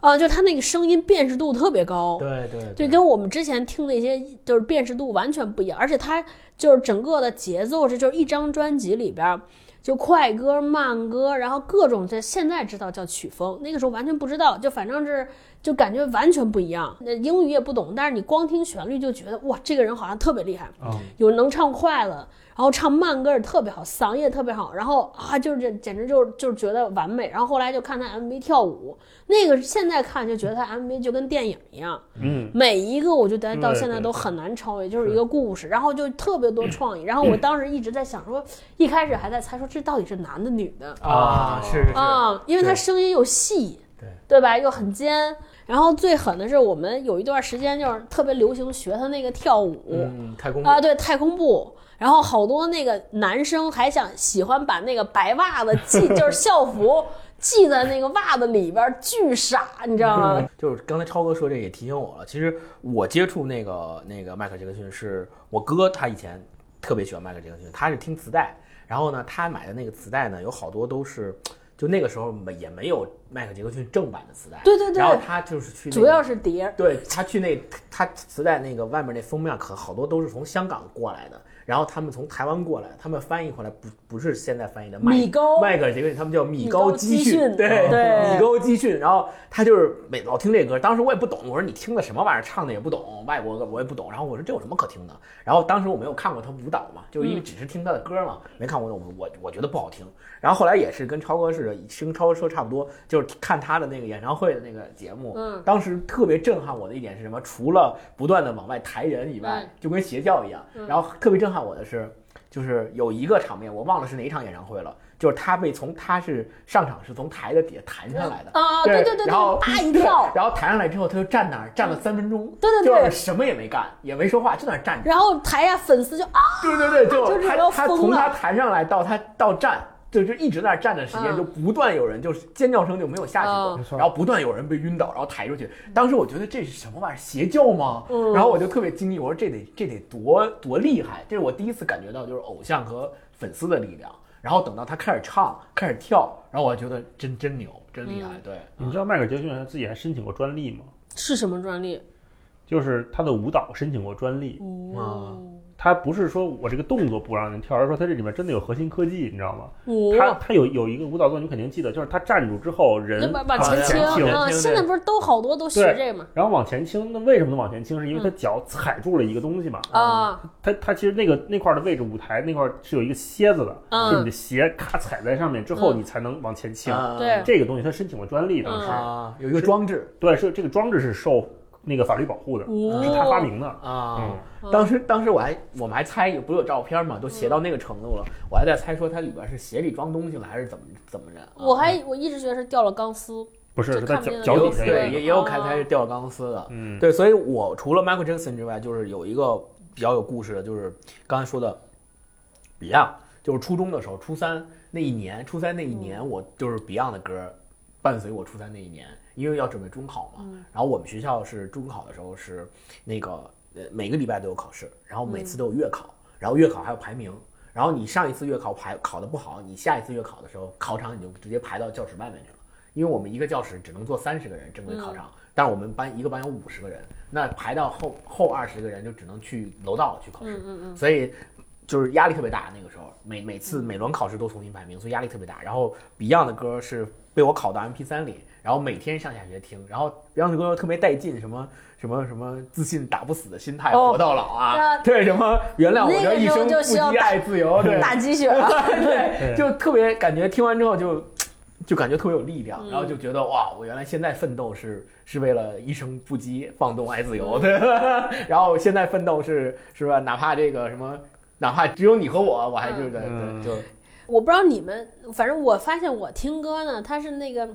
啊，就他那个声音辨识度特别高。对对对，跟我们之前听的一些就是辨识度完全不一样，而且它就是整个的节奏是就是一张专辑里边儿就快歌、慢歌，然后各种这现在知道叫曲风，那个时候完全不知道，就反正是就感觉完全不一样。那英语也不懂，但是你光听旋律就觉得哇，这个人好像特别厉害，啊，有能唱快的，然后唱慢歌也特别好，嗓音也特别好，然后啊，就是这简直就是就是觉得完美。然后后来就看他 MV 跳舞，那个现在看就觉得他 MV 就跟电影一样。嗯，每一个我觉得到对现在对都很难超越，就是一个故事，然后就特别多创意。然后我当时一直在想说，一开始还在猜说这到底是男的女的啊，是是是啊，因为他对声音又细对，对吧？又很尖，然后最狠的是，我们有一段时间就是特别流行学他那个跳舞，嗯，太空啊，对，太空步。然后好多那个男生还想喜欢把那个白袜子 [laughs] 系，就是校服系在那个袜子里边儿，巨傻，你知道吗？就是刚才超哥说这也提醒我了。其实我接触那个那个迈克尔杰克逊是我哥，他以前特别喜欢迈克尔杰克逊，他是听磁带，然后呢，他买的那个磁带呢，有好多都是就那个时候没也没有迈克尔杰克逊正版的磁带，对对对然后他就是嗯去那个主要是碟儿，对他去那他磁带那个外面那封面可好多都是从香港过来的，然后他们从台湾过来，他们翻译回来不不是现在翻译的麦米高迈克尔杰克逊，他们叫米高高基基训训，对对米高基训。然后他就是每老听这歌，当时我也不懂，我说你听的什么玩意儿，唱的也不懂，外国歌我也不懂。然后我说这有什么可听的？然后当时我没有看过他舞蹈嘛，就是因为只是听他的歌嘛，没看过我我我觉得不好听。然后后来也是跟超哥似的，跟超哥说差不多，就是看他的那个演唱会的那个节目，嗯当时特别震撼我的一点是什么？除了不断的往外抬人以外，嗯就跟邪教一样。然后特别震撼我的是，就是有一个场面，我忘了是哪一场演唱会了，就是他被从他是上场是从台的底下弹上来的。啊，对对对然后，对，啪一跳 [laughs] 然后弹上来之后，他就站那儿站了三分钟，对对对就是什么也没干，也没说话，就在那儿站着。然后台下粉丝就啊， [laughs] 对对对，就就是要他他疯从了他弹上来到他到站，就就一直在那儿站的时间，嗯就不断有人就是尖叫声就没有下去嗯过没，错然后不断有人被晕倒，然后抬出去。当时我觉得这是什么玩意儿，邪教吗？嗯然后我就特别惊异，我说这得这得多多厉害，这是我第一次感觉到就是偶像和粉丝的力量。然后等到他开始唱，开始跳，然后我觉得真真牛，真厉害。嗯对，你知道迈克尔杰克逊他自己还申请过专利吗？是什么专利？就是他的舞蹈申请过专利，啊哦，他不是说我这个动作不让人跳，而是说他这里面真的有核心科技，你知道吗？他哦，他有有一个舞蹈动作，你肯定记得，就是他站住之后那人把把往嗯前倾倾，啊，对嗯现在不是都好多都学对这嘛然后往前倾。那为什么能往前倾？是因嗯为他脚踩住了一个东西嘛。啊，他他其实那个那块的位置，舞台那块是有一个楔子的，嗯就你的鞋咔踩在上面之后，嗯你才能往前倾。啊对这个东西他申请过专利，当时、嗯啊，有一个装置对，是这个装置是受那个法律保护的，哦是他发明的。啊嗯。当时当时我还我们还猜，不是有照片嘛，都邪到那个程度了，我还在猜说它里边是鞋里装东西了，还是怎么怎么着？啊我还我一直觉得是掉了钢丝，不是，就是在看脚不见脚也有底下有对，一个也也有啊看才是吊钢丝的。嗯，对，所以我除了 Michael Jackson 之外，就是有一个比较有故事的，就是刚才说的 Beyond，就是初中的时候，初三那一年，初三那一年，我就是 Beyond 的歌伴随我初三那一年，因为要准备中考嘛。然后我们学校是中考的时候是那个呃每个礼拜都有考试，然后每次都有月考，然后月考还有排名。然后你上一次月考排考的不好，你下一次月考的时候，考场你就直接排到教室外面去了，因为我们一个教室只能坐三十个人正规考场，但是我们班一个班有五十个人，那排到后后二十个人就只能去楼道去考试，嗯所以就是压力特别大。那个时候，每每次每轮考试都重新排名，所以压力特别大。然后 Beyond 的歌是被我拷到 MP 3里，然后每天上下学听。然后 Beyond 的歌又特别带劲，什么什么什么自信打不死的心态，哦活到老那啊，对，什么原谅我那个这一时候生就不需要羁打爱自由，对，大鸡血啊，对，对就特别感觉听完之 [laughs] 后就。就感觉特别有力嗯量，然后就觉得哇，我原来现在奋斗是是为了一生不羁、放纵、爱自由，对吧？ [laughs] 然后现在奋斗是是吧？哪怕这个什么，哪怕只有你和我，我还就是对嗯对，就我不知道你们，反正我发现我听歌呢，它是那个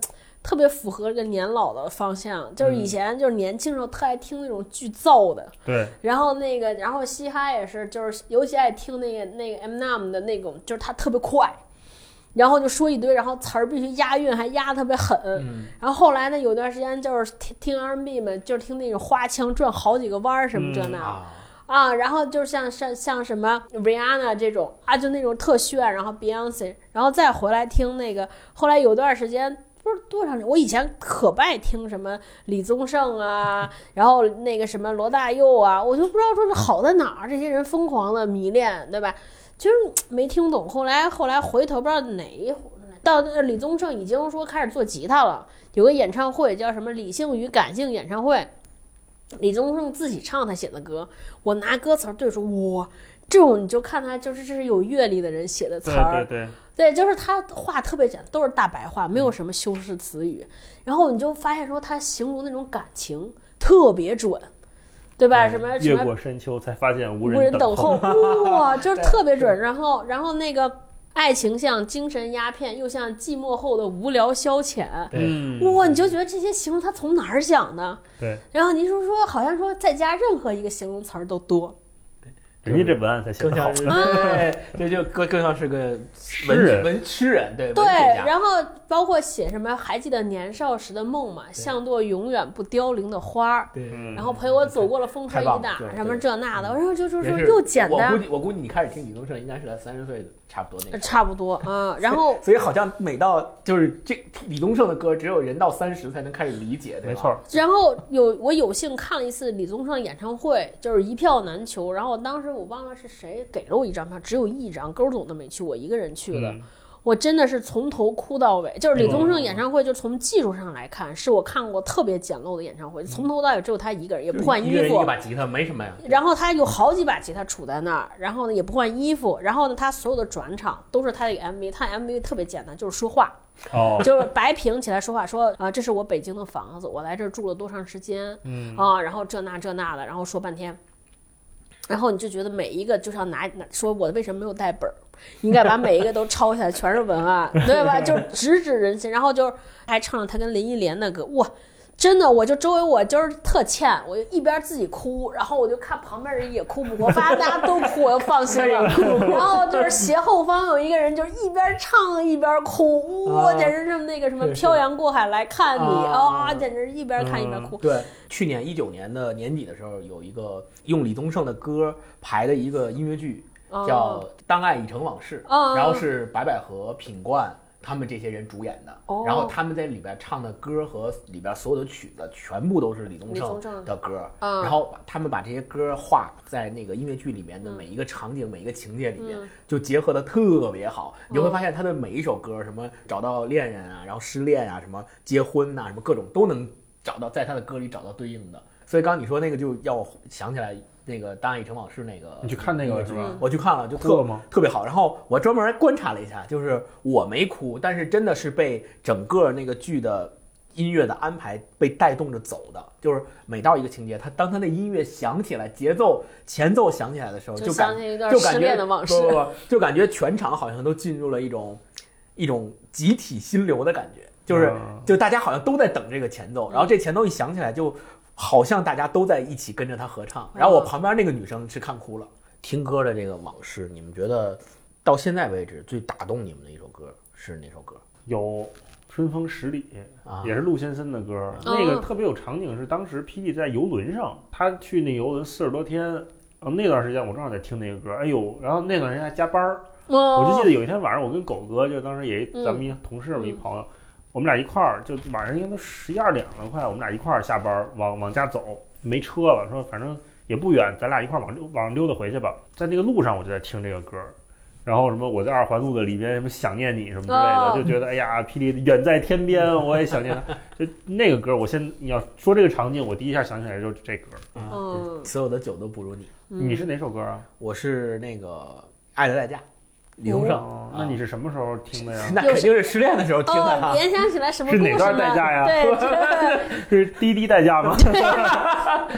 特别符合这个年老的方向，就是嗯以前就是年轻时候特爱听那种巨燥的，对，然后那个然后嘻哈也是，就是尤其爱听那个那个 M Nam 的那种，就是他特别快。然后就说一堆，然后词儿必须押韵，还押得特别狠。嗯然后后来呢，有段时间就是听听 R&B 嘛，就是听那种花腔转好几个弯儿什么这那的。啊，啊，然后就是像像像什么 Rihanna 这种啊，就那种特炫，然后 Beyonce，然后再回来听那个，后来有段时间。不是多长时间，我以前可不爱听什么李宗盛 [laughs] 啊，然后那个什么罗大佑啊，我就不知道说是好在哪儿，这些人疯狂的迷恋，对吧？就是没听懂。后来后来回头不知道哪一回到那李宗盛已经说开始做吉他了，有个演唱会叫什么“理性与感性”演唱会，李宗盛自己唱他写的歌，我拿歌词儿对着说，哇，这种你就看他就是这是有阅历的人写的词对儿，对对，对，就是他话特别简单，都是大白话，嗯没有什么修饰词语。然后你就发现说他形容那种感情特别准，对吧？什么什嗯越么过山丘才发现无无人等 [laughs] 等候，哇，就是特别准。然后，然后那个爱情像精神鸦片，又像寂寞后的无聊消遣。嗯对嗯哇，你就觉得这些形容他从哪儿想的？对，然后您说说，好像说再加任何一个形容词儿都多。人家这文案才写更得好像。是 [laughs] 对，这就更更像是个诗文人文诗人，对，文对，学家。然后包括写什么，还记得年少时的梦吗？像朵永远不凋零的花儿，对嗯然后陪我走过了风吹雨太棒了打对，对什么这那的，然后就就也说是又简我单估，计，我估计你开始听李宗盛应该是在三十岁的差不多那个。差不多 [laughs] 啊。然后所以好像每到就是这李宗盛的歌，只有人到三十才能开始理解，对吧没错，儿，然后有我有幸看了一次李宗盛演唱会，就是一票难求。然后当时我忘了是谁给了我一张票，只有一张，勾总都没去，我一个人去的。嗯我真的是从头哭到尾，就是哦李宗盛嗯演唱会，就从技术上来看，是我看过特别简陋的演唱会，从头到尾只有他一个人，也不换一衣个人服一，把吉他没什么呀。然后他有好几把吉他杵在那儿，然后呢也不换衣服，然后呢他所有的转场都是他的 MV，他 MV 特别简单，就是说话，哦，就是白屏起来说话，说啊、这是我北京的房子，我来这儿住了多长时间，嗯啊，然后这那这那的，然后说半天，然后你就觉得每一个就是要拿拿说我为什么没有带本儿，应该把每一个都抄下来，全是文案，对吧？就是直指人心，然后就是还唱了他跟林忆莲的歌，哇。真的，我就周围我就是特欠，我就一边自己哭，然后我就看旁边人也哭不过，发现大家都哭，我就放心哎了。然后就是斜后方有一个人，就是一边唱一边哭，啊我简直是那个什么是是漂洋过海来看你啊啊，简直一边看一嗯边哭。哦对，去年一九年的年底的时候，有一个用李宗盛的歌排的一个音乐剧，哦叫《当爱已成往事》，哦哦然后是白百合、品冠他们这些人主演的，哦然后他们在里边唱的歌和里边所有的曲子全部都是李宗李宗盛盛的歌，嗯然后把他们把这些歌画在那个音乐剧里面的每一个场景、每一个情节里面，就结合的特别好。你会发现他的每一首歌，什么找到恋人啊，然后失恋啊，什么结婚呐、什么各种都能找到，在他的歌里找到对应的。所以刚刚你说那个就要想起来那个《当爱已成往事》那个，你去看那个了是吧嗯我去看了，就哭特了吗特别好。然后我专门还观察了一下，就是我没哭，但是真的是被整个那个剧的音乐的安排被带动着走的。就是每到一个情节，他当他的音乐响起来，节奏前奏响起来的时候，就就感想起一段就感失觉恋的往事不不不，就感觉全场好像都进入了一种一种集体心流的感觉，就是嗯就大家好像都在等这个前奏，然后这前奏一响起来就。好像大家都在一起跟着他合唱，然后嗯我旁边那个女生是看哭了。听歌的这个往事，你们觉得到现在为止最打动你们的一首歌是哪首歌？有《春风十里啊》，也是陆先生的歌儿。哦那个特别有场景是当时霹雳在游轮上，他去那游轮四十多天，呃那段时间我正好在听那个歌儿，哎呦，然后那段时间还加班儿，哦，我就记得有一天晚上，我跟狗哥，就当时也嗯咱们一同事，我们一嗯朋友，我们俩一块儿，就晚上应该都十一二点了，快，我们俩一块儿下班儿往往家走，没车了，说反正也不远，咱俩一块儿往溜往溜达回去吧。在那个路上，我就在听这个歌儿。然后什么我在二环路的里边什么想念你什么之类的哦，就觉得哎呀，霹雳远在天边，我也想念他。就那个歌儿，我先你要说这个场景，我第一下想起来就是这歌儿。嗯， [laughs] 所有的酒都不如你。嗯你是哪首歌啊？我是那个《爱的代价》，李宗盛，哦那你是什么时候听的 [laughs] 呀？那肯定是失恋的时候听的啊哦，哈。联想起来什么是故哪事呢？段代驾呀对 [laughs] 是对滴滴代驾吗？ [laughs] 对，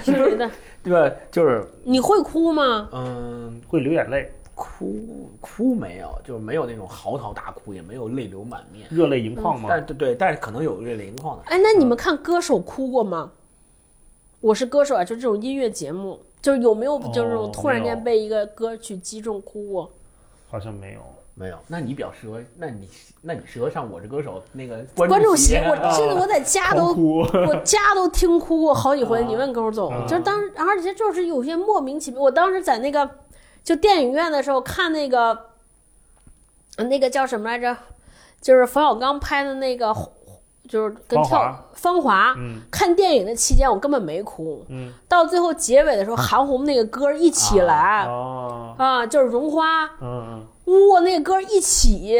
是哪段？对吧？就是你会哭吗？嗯，会流眼泪，哭哭没有，就是没有那种嚎啕大哭，也没有泪流满嗯面。热泪盈眶吗？但对对，但是可能有泪流盈眶的。哎，那你们看歌手哭过吗？我是歌手啊，就这种音乐节目，就是有没有哦就是我突然没有间被一个歌曲击中哭过？好像没有。没有，那你比较适合，那你那你适合上《我是歌手》那个观众席，席，我啊真的我在家狂都哭，我家都听哭过好几回，啊你问勾总啊，就是当时，而且就是有些莫名其妙。我当时在那个就电影院的时候看那个呃那个叫什么来着，就是冯小刚拍的那个，就是跟芳跳华《芳华》嗯看电影的期间，我根本没哭，嗯，到最后结尾的时候，韩红那个歌一起来哦，啊，就是《绒花》，嗯哇，那个歌一起，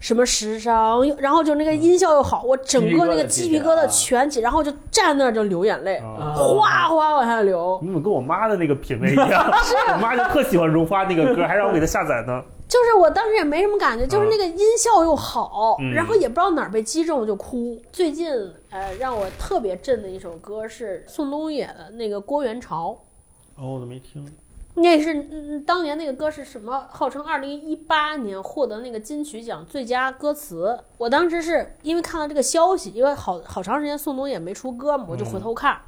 什么时尚，然后就那个音效又好，我整个那个鸡皮疙瘩啊全起，然后就站那儿就流眼泪，嗯，啊哗哗往下流。你怎么跟我妈的那个品味一 [laughs] 样？啊我妈就特喜欢绒花那个歌，还让我给她下载呢。就是我当时也没什么感觉，就是那个音效又好，嗯然后也不知道哪儿被击中就哭。最近呃让我特别震的一首歌是宋冬野的那个《郭元潮》。哦，我都没听。那是嗯当年那个歌是什么？号称二零一八年获得那个金曲奖最佳歌词。我当时是因为看到这个消息，因为好好长时间宋冬野没出歌嘛，我就回头看。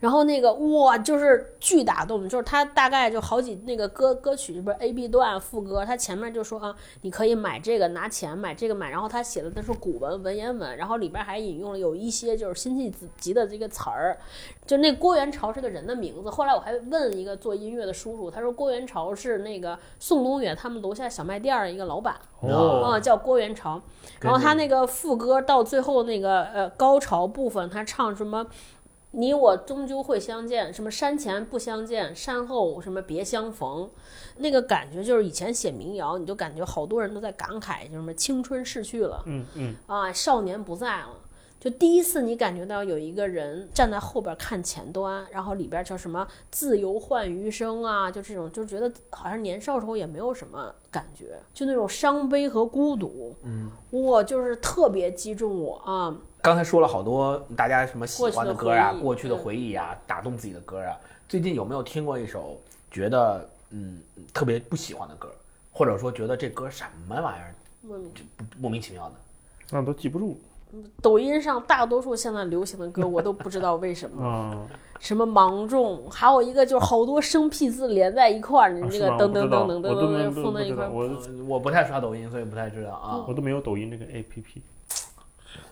然后那个哇，就是巨打动，就是他大概就好几那个歌歌曲，不是 A B 段副歌，他前面就说啊，你可以买这个拿钱买这个买，然后他写的那是古文文言文，然后里边还引用了有一些就是辛弃疾的这个词儿，就那郭元朝是个人的名字。后来我还问一个做音乐的叔叔，他说郭元朝是那个宋冬野他们楼下小卖店儿的一个老板，哦，嗯，叫郭元朝。然后他那个副歌到最后那个呃高潮部分，他唱什么？你我终究会相见，什么山前不相见，山后什么别相逢，那个感觉就是以前写民谣，你就感觉好多人都在感慨，就是什么青春逝去了，嗯嗯，啊，少年不在了。就第一次你感觉到有一个人站在后边看前端，然后里边叫什么“自由换余生”啊，就这种，就觉得好像年少时候也没有什么感觉，就那种伤悲和孤独，嗯，哇，就是特别击中我啊。刚才说了好多大家什么喜欢的歌啊，过过去去的回嗯的回忆啊，打动自己的歌啊。最近有没有听过一首觉得嗯特别不喜欢的歌，或者说觉得这歌什么玩意儿，就不莫名其妙的？那都记不住抖音上大多数现在流行的歌，我都不知道为什么，啊。什么芒种，还有一个就是好多生僻字连在一块儿，你啊这是嗯个吗噔噔噔噔噔我不知道噔我噔都放没在一都不知块儿道，我嗯呃我不太刷抖音，所以不太知道啊。我都没有抖音这个 APP。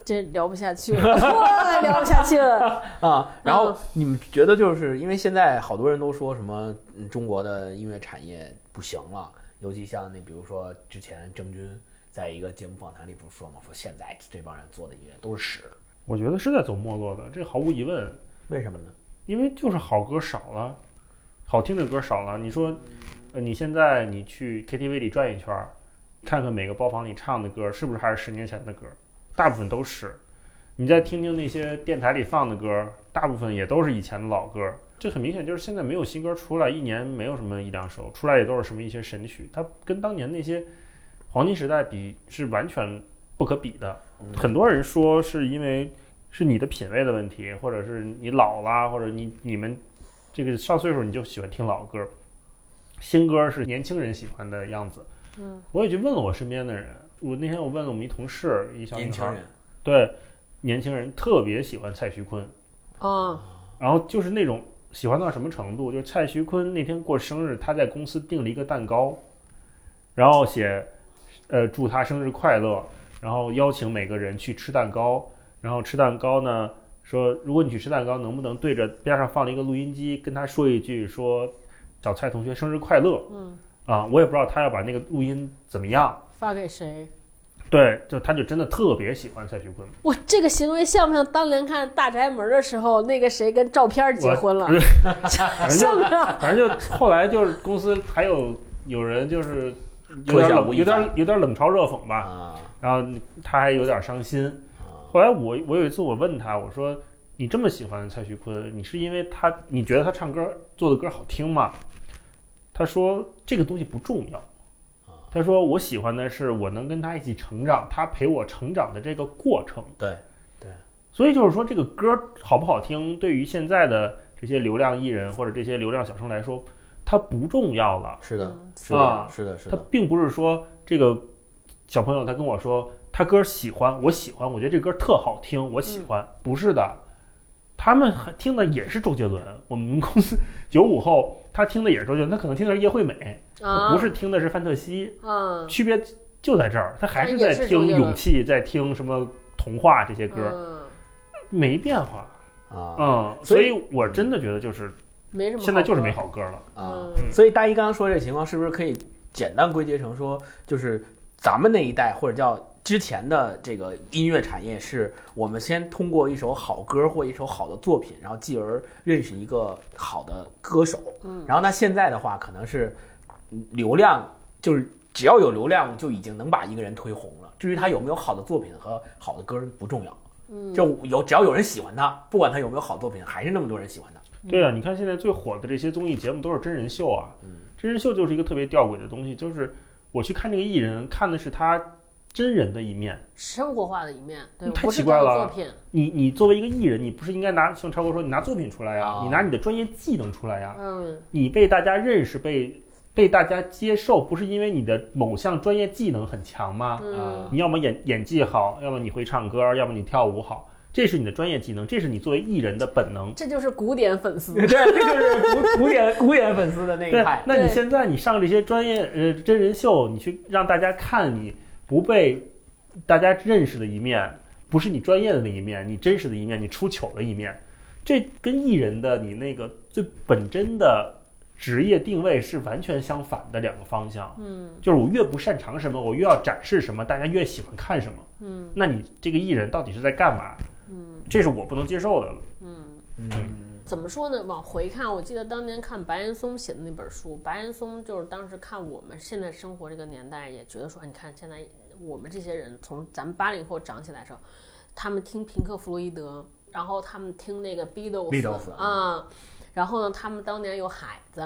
这聊不下去了，哇聊不下去了。 [laughs] 啊，然然后后你们觉得就是因为现在好多人都说什么嗯中国的音乐产业不行了，尤其像那比如说之前郑钧在一个节目访谈里不是说嘛，说现在这帮人做的音乐都是屎，我觉得是在走没落的，这毫无疑问，为什么呢？因为就是好歌少了，好听的歌少了。你说，呃，你现在你去 KTV 里转一圈儿，看看每个包房里唱的歌是不是还是十年前的歌，大部分都是。你再听听那些电台里放的歌，大部分也都是以前的老歌。这很明显就是现在没有新歌出来，一年没有什么一两首出来，也都是什么一些神曲，它跟当年那些黄金时代比是完全不可比的。嗯很多人说是因为是你的品味的问题，或者是你老啦，或者你你们这个上岁数你就喜欢听老歌，新歌是年轻人喜欢的样子。嗯，我也去问了我身边的人，我那天我问了我们一同事，一小女年轻孩，人对，年轻人特别喜欢蔡徐坤，啊，然后就是那种喜欢到什么程度，就是蔡徐坤那天过生日，他在公司订了一个蛋糕，然后写，呃，祝他生日快乐，然后邀请每个人去吃蛋糕，然后吃蛋糕呢，说如果你去吃蛋糕，能不能对着边上放了一个录音机，跟他说一句说，小蔡同学生日快乐嗯，啊，我也不知道他要把那个录音怎么样，发给谁？对，就他就真的特别喜欢蔡徐坤。我这个行为像不像当年看《大宅门》的时候，那个谁跟照片结婚了？像不 [laughs] 像？反正就后来就是公司还有有人就是有特点效冷无有意外点有点冷嘲热讽吧，啊然后他还有点伤心。啊，后来我我有一次我问他，我说你这么喜欢蔡徐坤，你是因为他你觉得他唱歌做的歌好听吗？他说这个东西不重要。啊他说我喜欢的是我能跟他一起成长，他陪我成长的这个过程。对，所以就是说，这个歌好不好听，对于现在的这些流量艺人或者这些流量小生来说，它不重要了。是嗯的，是啊的，是的，是它的，并不是说这个小朋友他跟我说他歌喜欢，我喜欢，我觉得这歌特好听，我喜欢，不是的。他们还听的也是周杰伦，我们公司九五后，他听的也是周杰伦，他可能听的是叶惠美，啊，不是听的是范特西，嗯，区别就在这儿，他还是也在是周听杰伦勇气，在听什么童话这些歌，嗯，没变化。啊嗯，所所以以我真的觉得就是没什么。现在就是没。好歌了。啊！嗯，所以大一刚刚说这情况，是不是可以简单归结成说，就是咱们那一代或者叫之前的这个音乐产业，是我们先通过一首好歌或一首好的作品，然后继而认识一个好的歌手。嗯然后那现在的话，可能是嗯流量，就是只要有流量就已经能把一个人推红了。至于他有没有好的作品和好的歌不重要，嗯就有只要有人喜欢他，不管他有没有好作品，还是那么多人喜欢他。对啊，你看现在最火的这些综艺节目都是真人秀啊，真人秀就是一个特别吊诡的东西，就是我去看这个艺人，看的是他真人的一面。生活化的一面，对，太不是奇怪这种了作品，你你作为一个艺人，你不是应该拿像超哥说，你拿作品出来呀、啊你拿你的专业技能出来呀、嗯，你被大家认识，被被大家接受，不是因为你的某项专业技能很强吗？嗯，你要么演演技好，要么你会唱歌，要么你跳舞好，这是你的专业技能，这是你作为艺人的本能。这就是古典粉 [laughs] 嗯丝，对，这就是古古典古典粉丝的那一对派，。那你对现在你上这些专业呃真人秀，你去让大家看你不被大家认识的一面，不是你专业的那一面，你真实的一面，你出糗的一面，这跟艺人的你那个最本真的职业定位是完全相反的两个方向。嗯就是我越不擅长什么，我越要展示什么，大家越喜欢看什么。嗯那你这个艺人到底是在干嘛？嗯这是我不能接受的了。嗯，嗯，怎么说呢？往回看，我记得当年看白岩松写的那本书，白岩松就是当时看我们现在生活这个年代，也觉得说，哎你看现在我们这些人从咱们八零后长起来的时候，他们听平克·弗洛伊德，然后他们听那个 Beatles Beatles，啊、然后呢，他们当年有海子，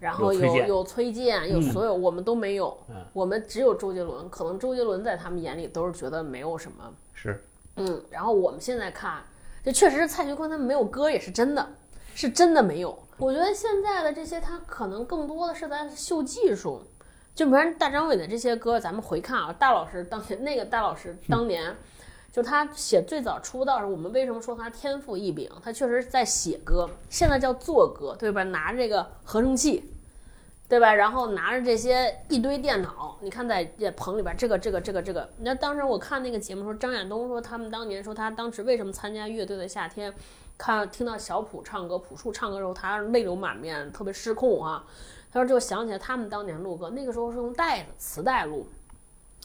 然后嗯有崔有健有崔健，有所有，我们都没有，嗯我们只有周杰伦。可能周杰伦在他们眼里都是觉得没有什么是，嗯，然后我们现在看，这确实蔡徐坤他们没有歌也是真的，是真的没有。我觉得现在的这些，他可能更多的是在秀技术，就比如大张伟的这些歌，咱们回看啊，大老师当年那个大老师当年。就他写最早出道时，我们为什么说他天赋异禀？他确实在写歌，现在叫做歌，对吧？拿这个合成器，对吧？然后拿着这些一堆电脑，你看在这棚里边，这个这个这个这个。那当时我看那个节目说，张亚东说他们当年说他当时为什么参加乐队的夏天，看听到小朴唱歌、朴树唱歌的时候，他泪流满面，特别失控啊。他说就想起来他们当年录歌，那个时候是用带子磁带录，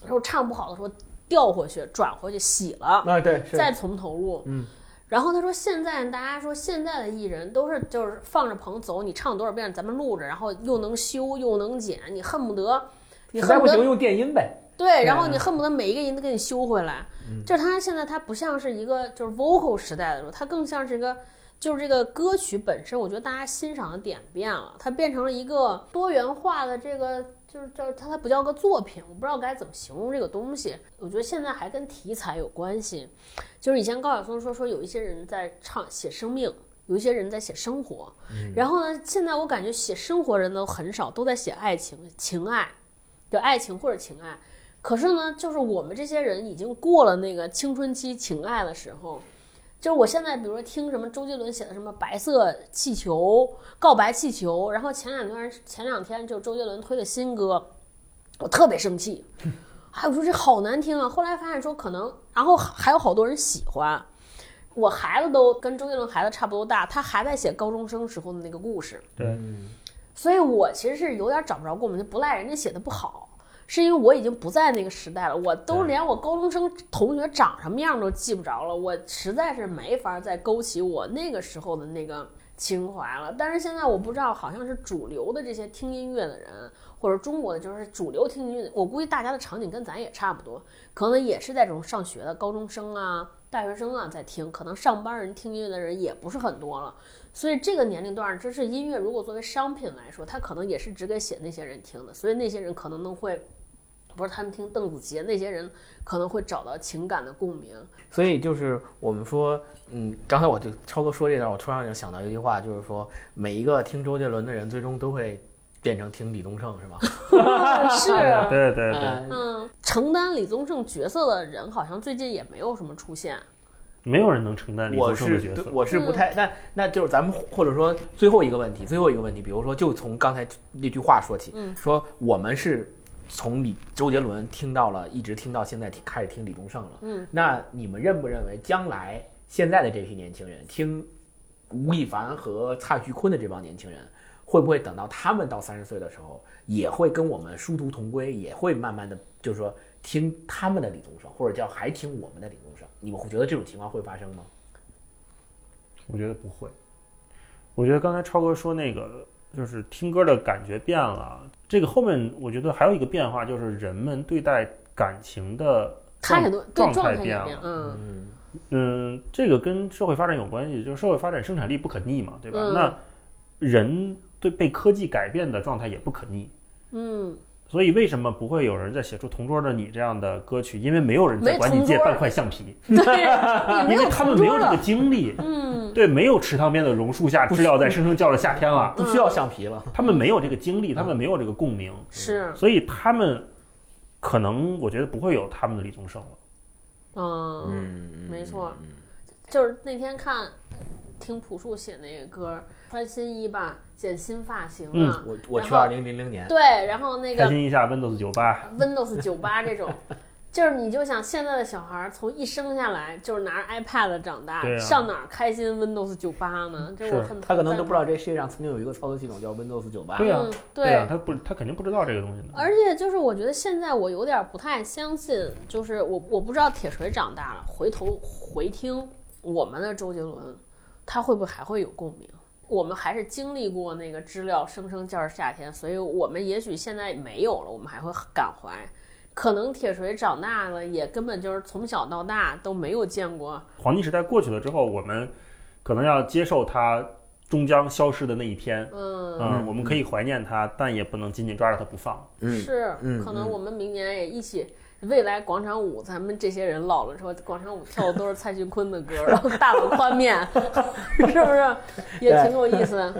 然后唱不好的时候调回去、转回去洗了，啊对，再从头录。嗯。然后他说，现在大家说现在的艺人都是就是放着棚走，你唱多少遍咱们录着，然后又能修又能剪，你恨不得，你实在恨不不行得用电音呗。对，然后你恨不得每一个音都给你修回来。就是他现在他不像是一个就是 vocal 时代的时候，他更像是一个就是这个歌曲本身，我觉得大家欣赏的点变了，它变成了一个多元化的这个。就是叫它，它不叫个作品，我不知道该怎么形容这个东西。我觉得现在还跟题材有关系，就是以前高晓松说说有一些人在唱写生命，有一些人在写生活，然后呢，现在我感觉写生活人都很少，都在写爱情、情爱，就爱情或者情爱。可是呢，就是我们这些人已经过了那个青春期情爱的时候，就是我现在比如说听什么周杰伦写的什么《白色气球》《告白气球》，然后前两段前两天就周杰伦推的新歌，我特别生气，哎，我说这好难听啊！后来发现说可能，然后还有好多人喜欢。我孩子都跟周杰伦孩子差不多大，他还在写高中生时候的那个故事，对，所以我其实是有点找不着过门，就不赖人家写的不好，是因为我已经不在那个时代了，我都连我高中生同学长什么样都记不着了，我实在是没法再勾起我那个时候的那个情怀了。但是现在我不知道，好像是主流的这些听音乐的人，或者中国的就是主流听音乐的，我估计大家的场景跟咱也差不多，可能也是在这种上学的高中生啊、大学生啊在听，可能上班人听音乐的人也不是很多了。所以这个年龄段儿，就是音乐如果作为商品来说，它可能也是只给写那些人听的，所以那些人可能能会，不是他们听邓紫棋，那些人可能会找到情感的共鸣。所以就是我们说，嗯，刚才我就超哥说这段，我突然就想到一句话，就是说每一个听周杰伦的人，最终都会变成听李宗盛，是吧？是，对对对，嗯嗯，承担李宗盛角色的人好像最近也没有什么出现。没有人能承担李宗我盛是的角对色。我是嗯不太，那那就是咱们或者说最后一个问题，最后一个问题，比如说就从刚才那句话说起，嗯说我们是从李周杰伦听到了，一直听到现在听开始听李宗盛了，嗯，那你们认不认为将来现在的这批年轻人听吴亦凡和蔡徐坤的这帮年轻人，会不会等到他们到三十岁的时候，也会跟我们殊途同归，也会慢慢的就是说听他们的李宗盛，或者叫还听我们的李宗盛？你们会觉得这种情况会发生吗？我觉得不会。我觉得刚才超哥说那个，就是听歌的感觉变了。这个后面我觉得还有一个变化，就是人们对待感情的状态度对状状态态也变变了。嗯嗯，这个跟社会发展有关系，就是社会发展生产力不可逆嘛，对吧？嗯那人对被科技改变的状态也不可逆，嗯所以为什么不会有人在写出《同桌的你》这样的歌曲？因为没有人在管你没借同桌半块橡皮， [laughs] 对，因你没为有他同们没有桌这个了，经历。嗯，对，没有池塘边的榕树下，知了在声声叫了夏天了。不需要橡皮了。他们没有这个经历，他们没有这个共鸣，是，所以他们可能我觉得不会有他们的李宗盛了。嗯，嗯没错，就是那天看听朴树写那个歌儿，穿新衣吧，剪新发型啊，我我然去后二零零零年，对，然后那开个心一下 Windows 九八， Windows 九八这种， [laughs] 就是你就想现在的小孩儿从一生下来就是拿着 iPad 长大，对啊上哪儿开心 Windows 九八呢？这是我很他可能都不知道这世界上曾经有一个操作系统叫 Windows 九八。对呀、嗯对呀、他不，他肯定不知道这个东西的。而且就是我觉得现在我有点不太相信，就是我我不知道铁锤长大了回头回听我们的周杰伦，他会不会还会有共鸣？我们还是经历过那个知了声声叫着夏天，所以我们也许现在没有了，我们还会感怀。可能铁锤长大了，也根本就是从小到大都没有见过。黄金时代过去了之后，我们可能要接受它终将消失的那一天。嗯，嗯，我们可以怀念它，但也不能紧紧抓着它不放。嗯，是，嗯可能我们明年也一起。未来广场舞，咱们这些人老了之后，广场舞跳的都是蔡徐坤的歌，然后大碗宽面， [laughs] 是不是也挺有意思？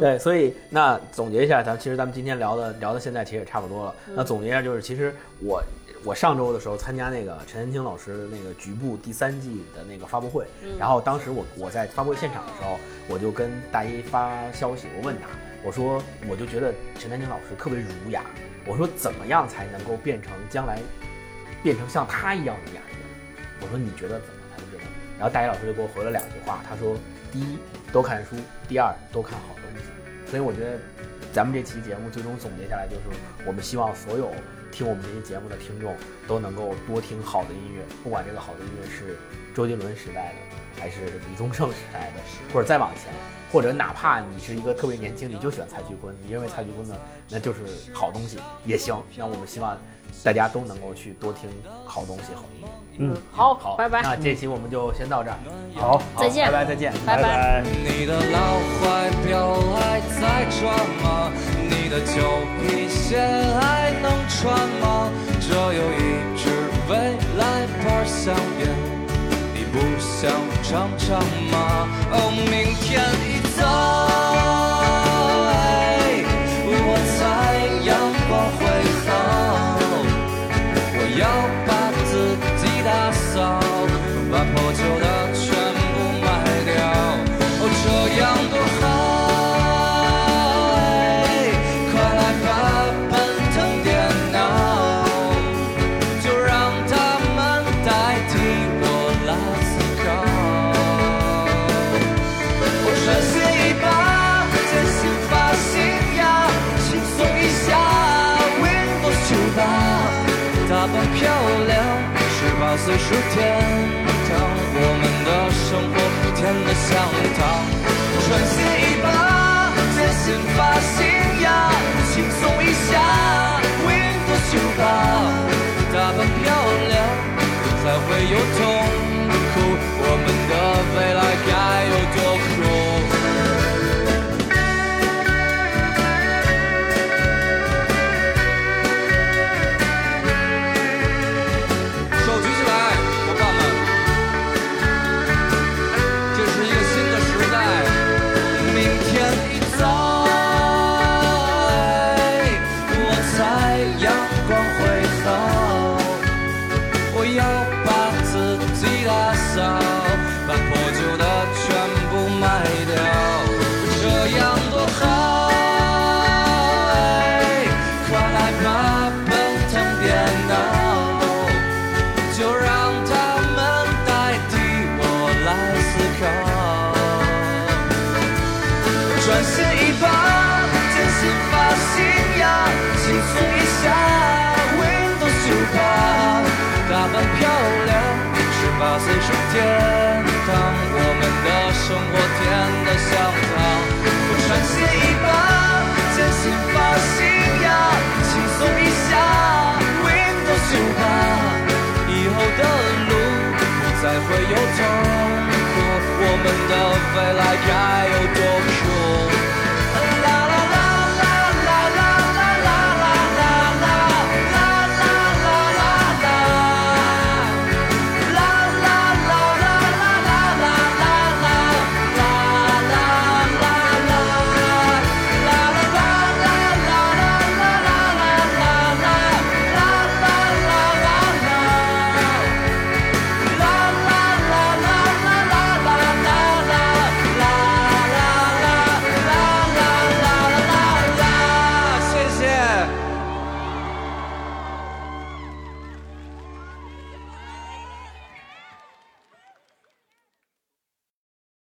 对，所以那总结一下，咱们其实咱们今天聊的聊到现在其实也差不多了。那总结一下就是，其实我我上周的时候参加那个陈丹青老师的那个局部第三季的那个发布会，然后当时我我在发布会现场的时候，我就跟大一发消息，我问他，我说我就觉得陈丹青老师特别儒雅，我说怎么样才能够变成将来变成像他一样儒雅的人？我说你觉得怎么才能变成？然后大一老师就给我回了两句话，他说：第一，多看书；第二，多看好东西。所以我觉得，咱们这期节目最终总结下来就是，我们希望所有听我们这期节目的听众都能够多听好的音乐，不管这个好的音乐是周杰伦时代的，还是李宗盛时代的，或者再往前，或者哪怕你是一个特别年轻，你就喜欢蔡徐坤，你认为蔡徐坤呢，那就是好东西也行。那我们希望大家都能够去多听好东西、好音乐。嗯，好，好，拜拜，那这期我们就先到这儿，好，好再见拜拜，再见。嗯拜拜拜你的老怀表还在穿吗？你的旧皮鞋还能穿吗？这有一支未来牌香烟，你不想尝尝吗？哦，明天一早，哎我猜阳光会好。我要把自己打扫，把破旧的全部卖掉。哦，这样多好！哎快来吧，奔腾电脑，就让他们代替我来思考。我穿新衣吧，剪新发型呀，轻松一下，Windows 九八，打扮漂亮，十八岁数天堂，我们的生活甜得像糖。我穿新衣吧，剪新发型呀，轻松一下，Windows 九八，打扮漂亮，才会有痛苦，我们的未来该有多酷？手举起来，伙伴们！这是一个新的时代，明天一早，我猜阳光会好。我要把自己打扫，把破旧的全部卖掉，这样多好！哎快来吧，奔腾电脑。就让他们代替我来思考。穿新衣吧，剪新发型呀，轻松一下，Windows 九八，打扮漂亮，十八岁是天堂，我们的生活甜得像糖。我穿新衣吧，剪新发型呀，轻松一下，Windows 九八。以后的路不再会有痛苦，我们的未来该有多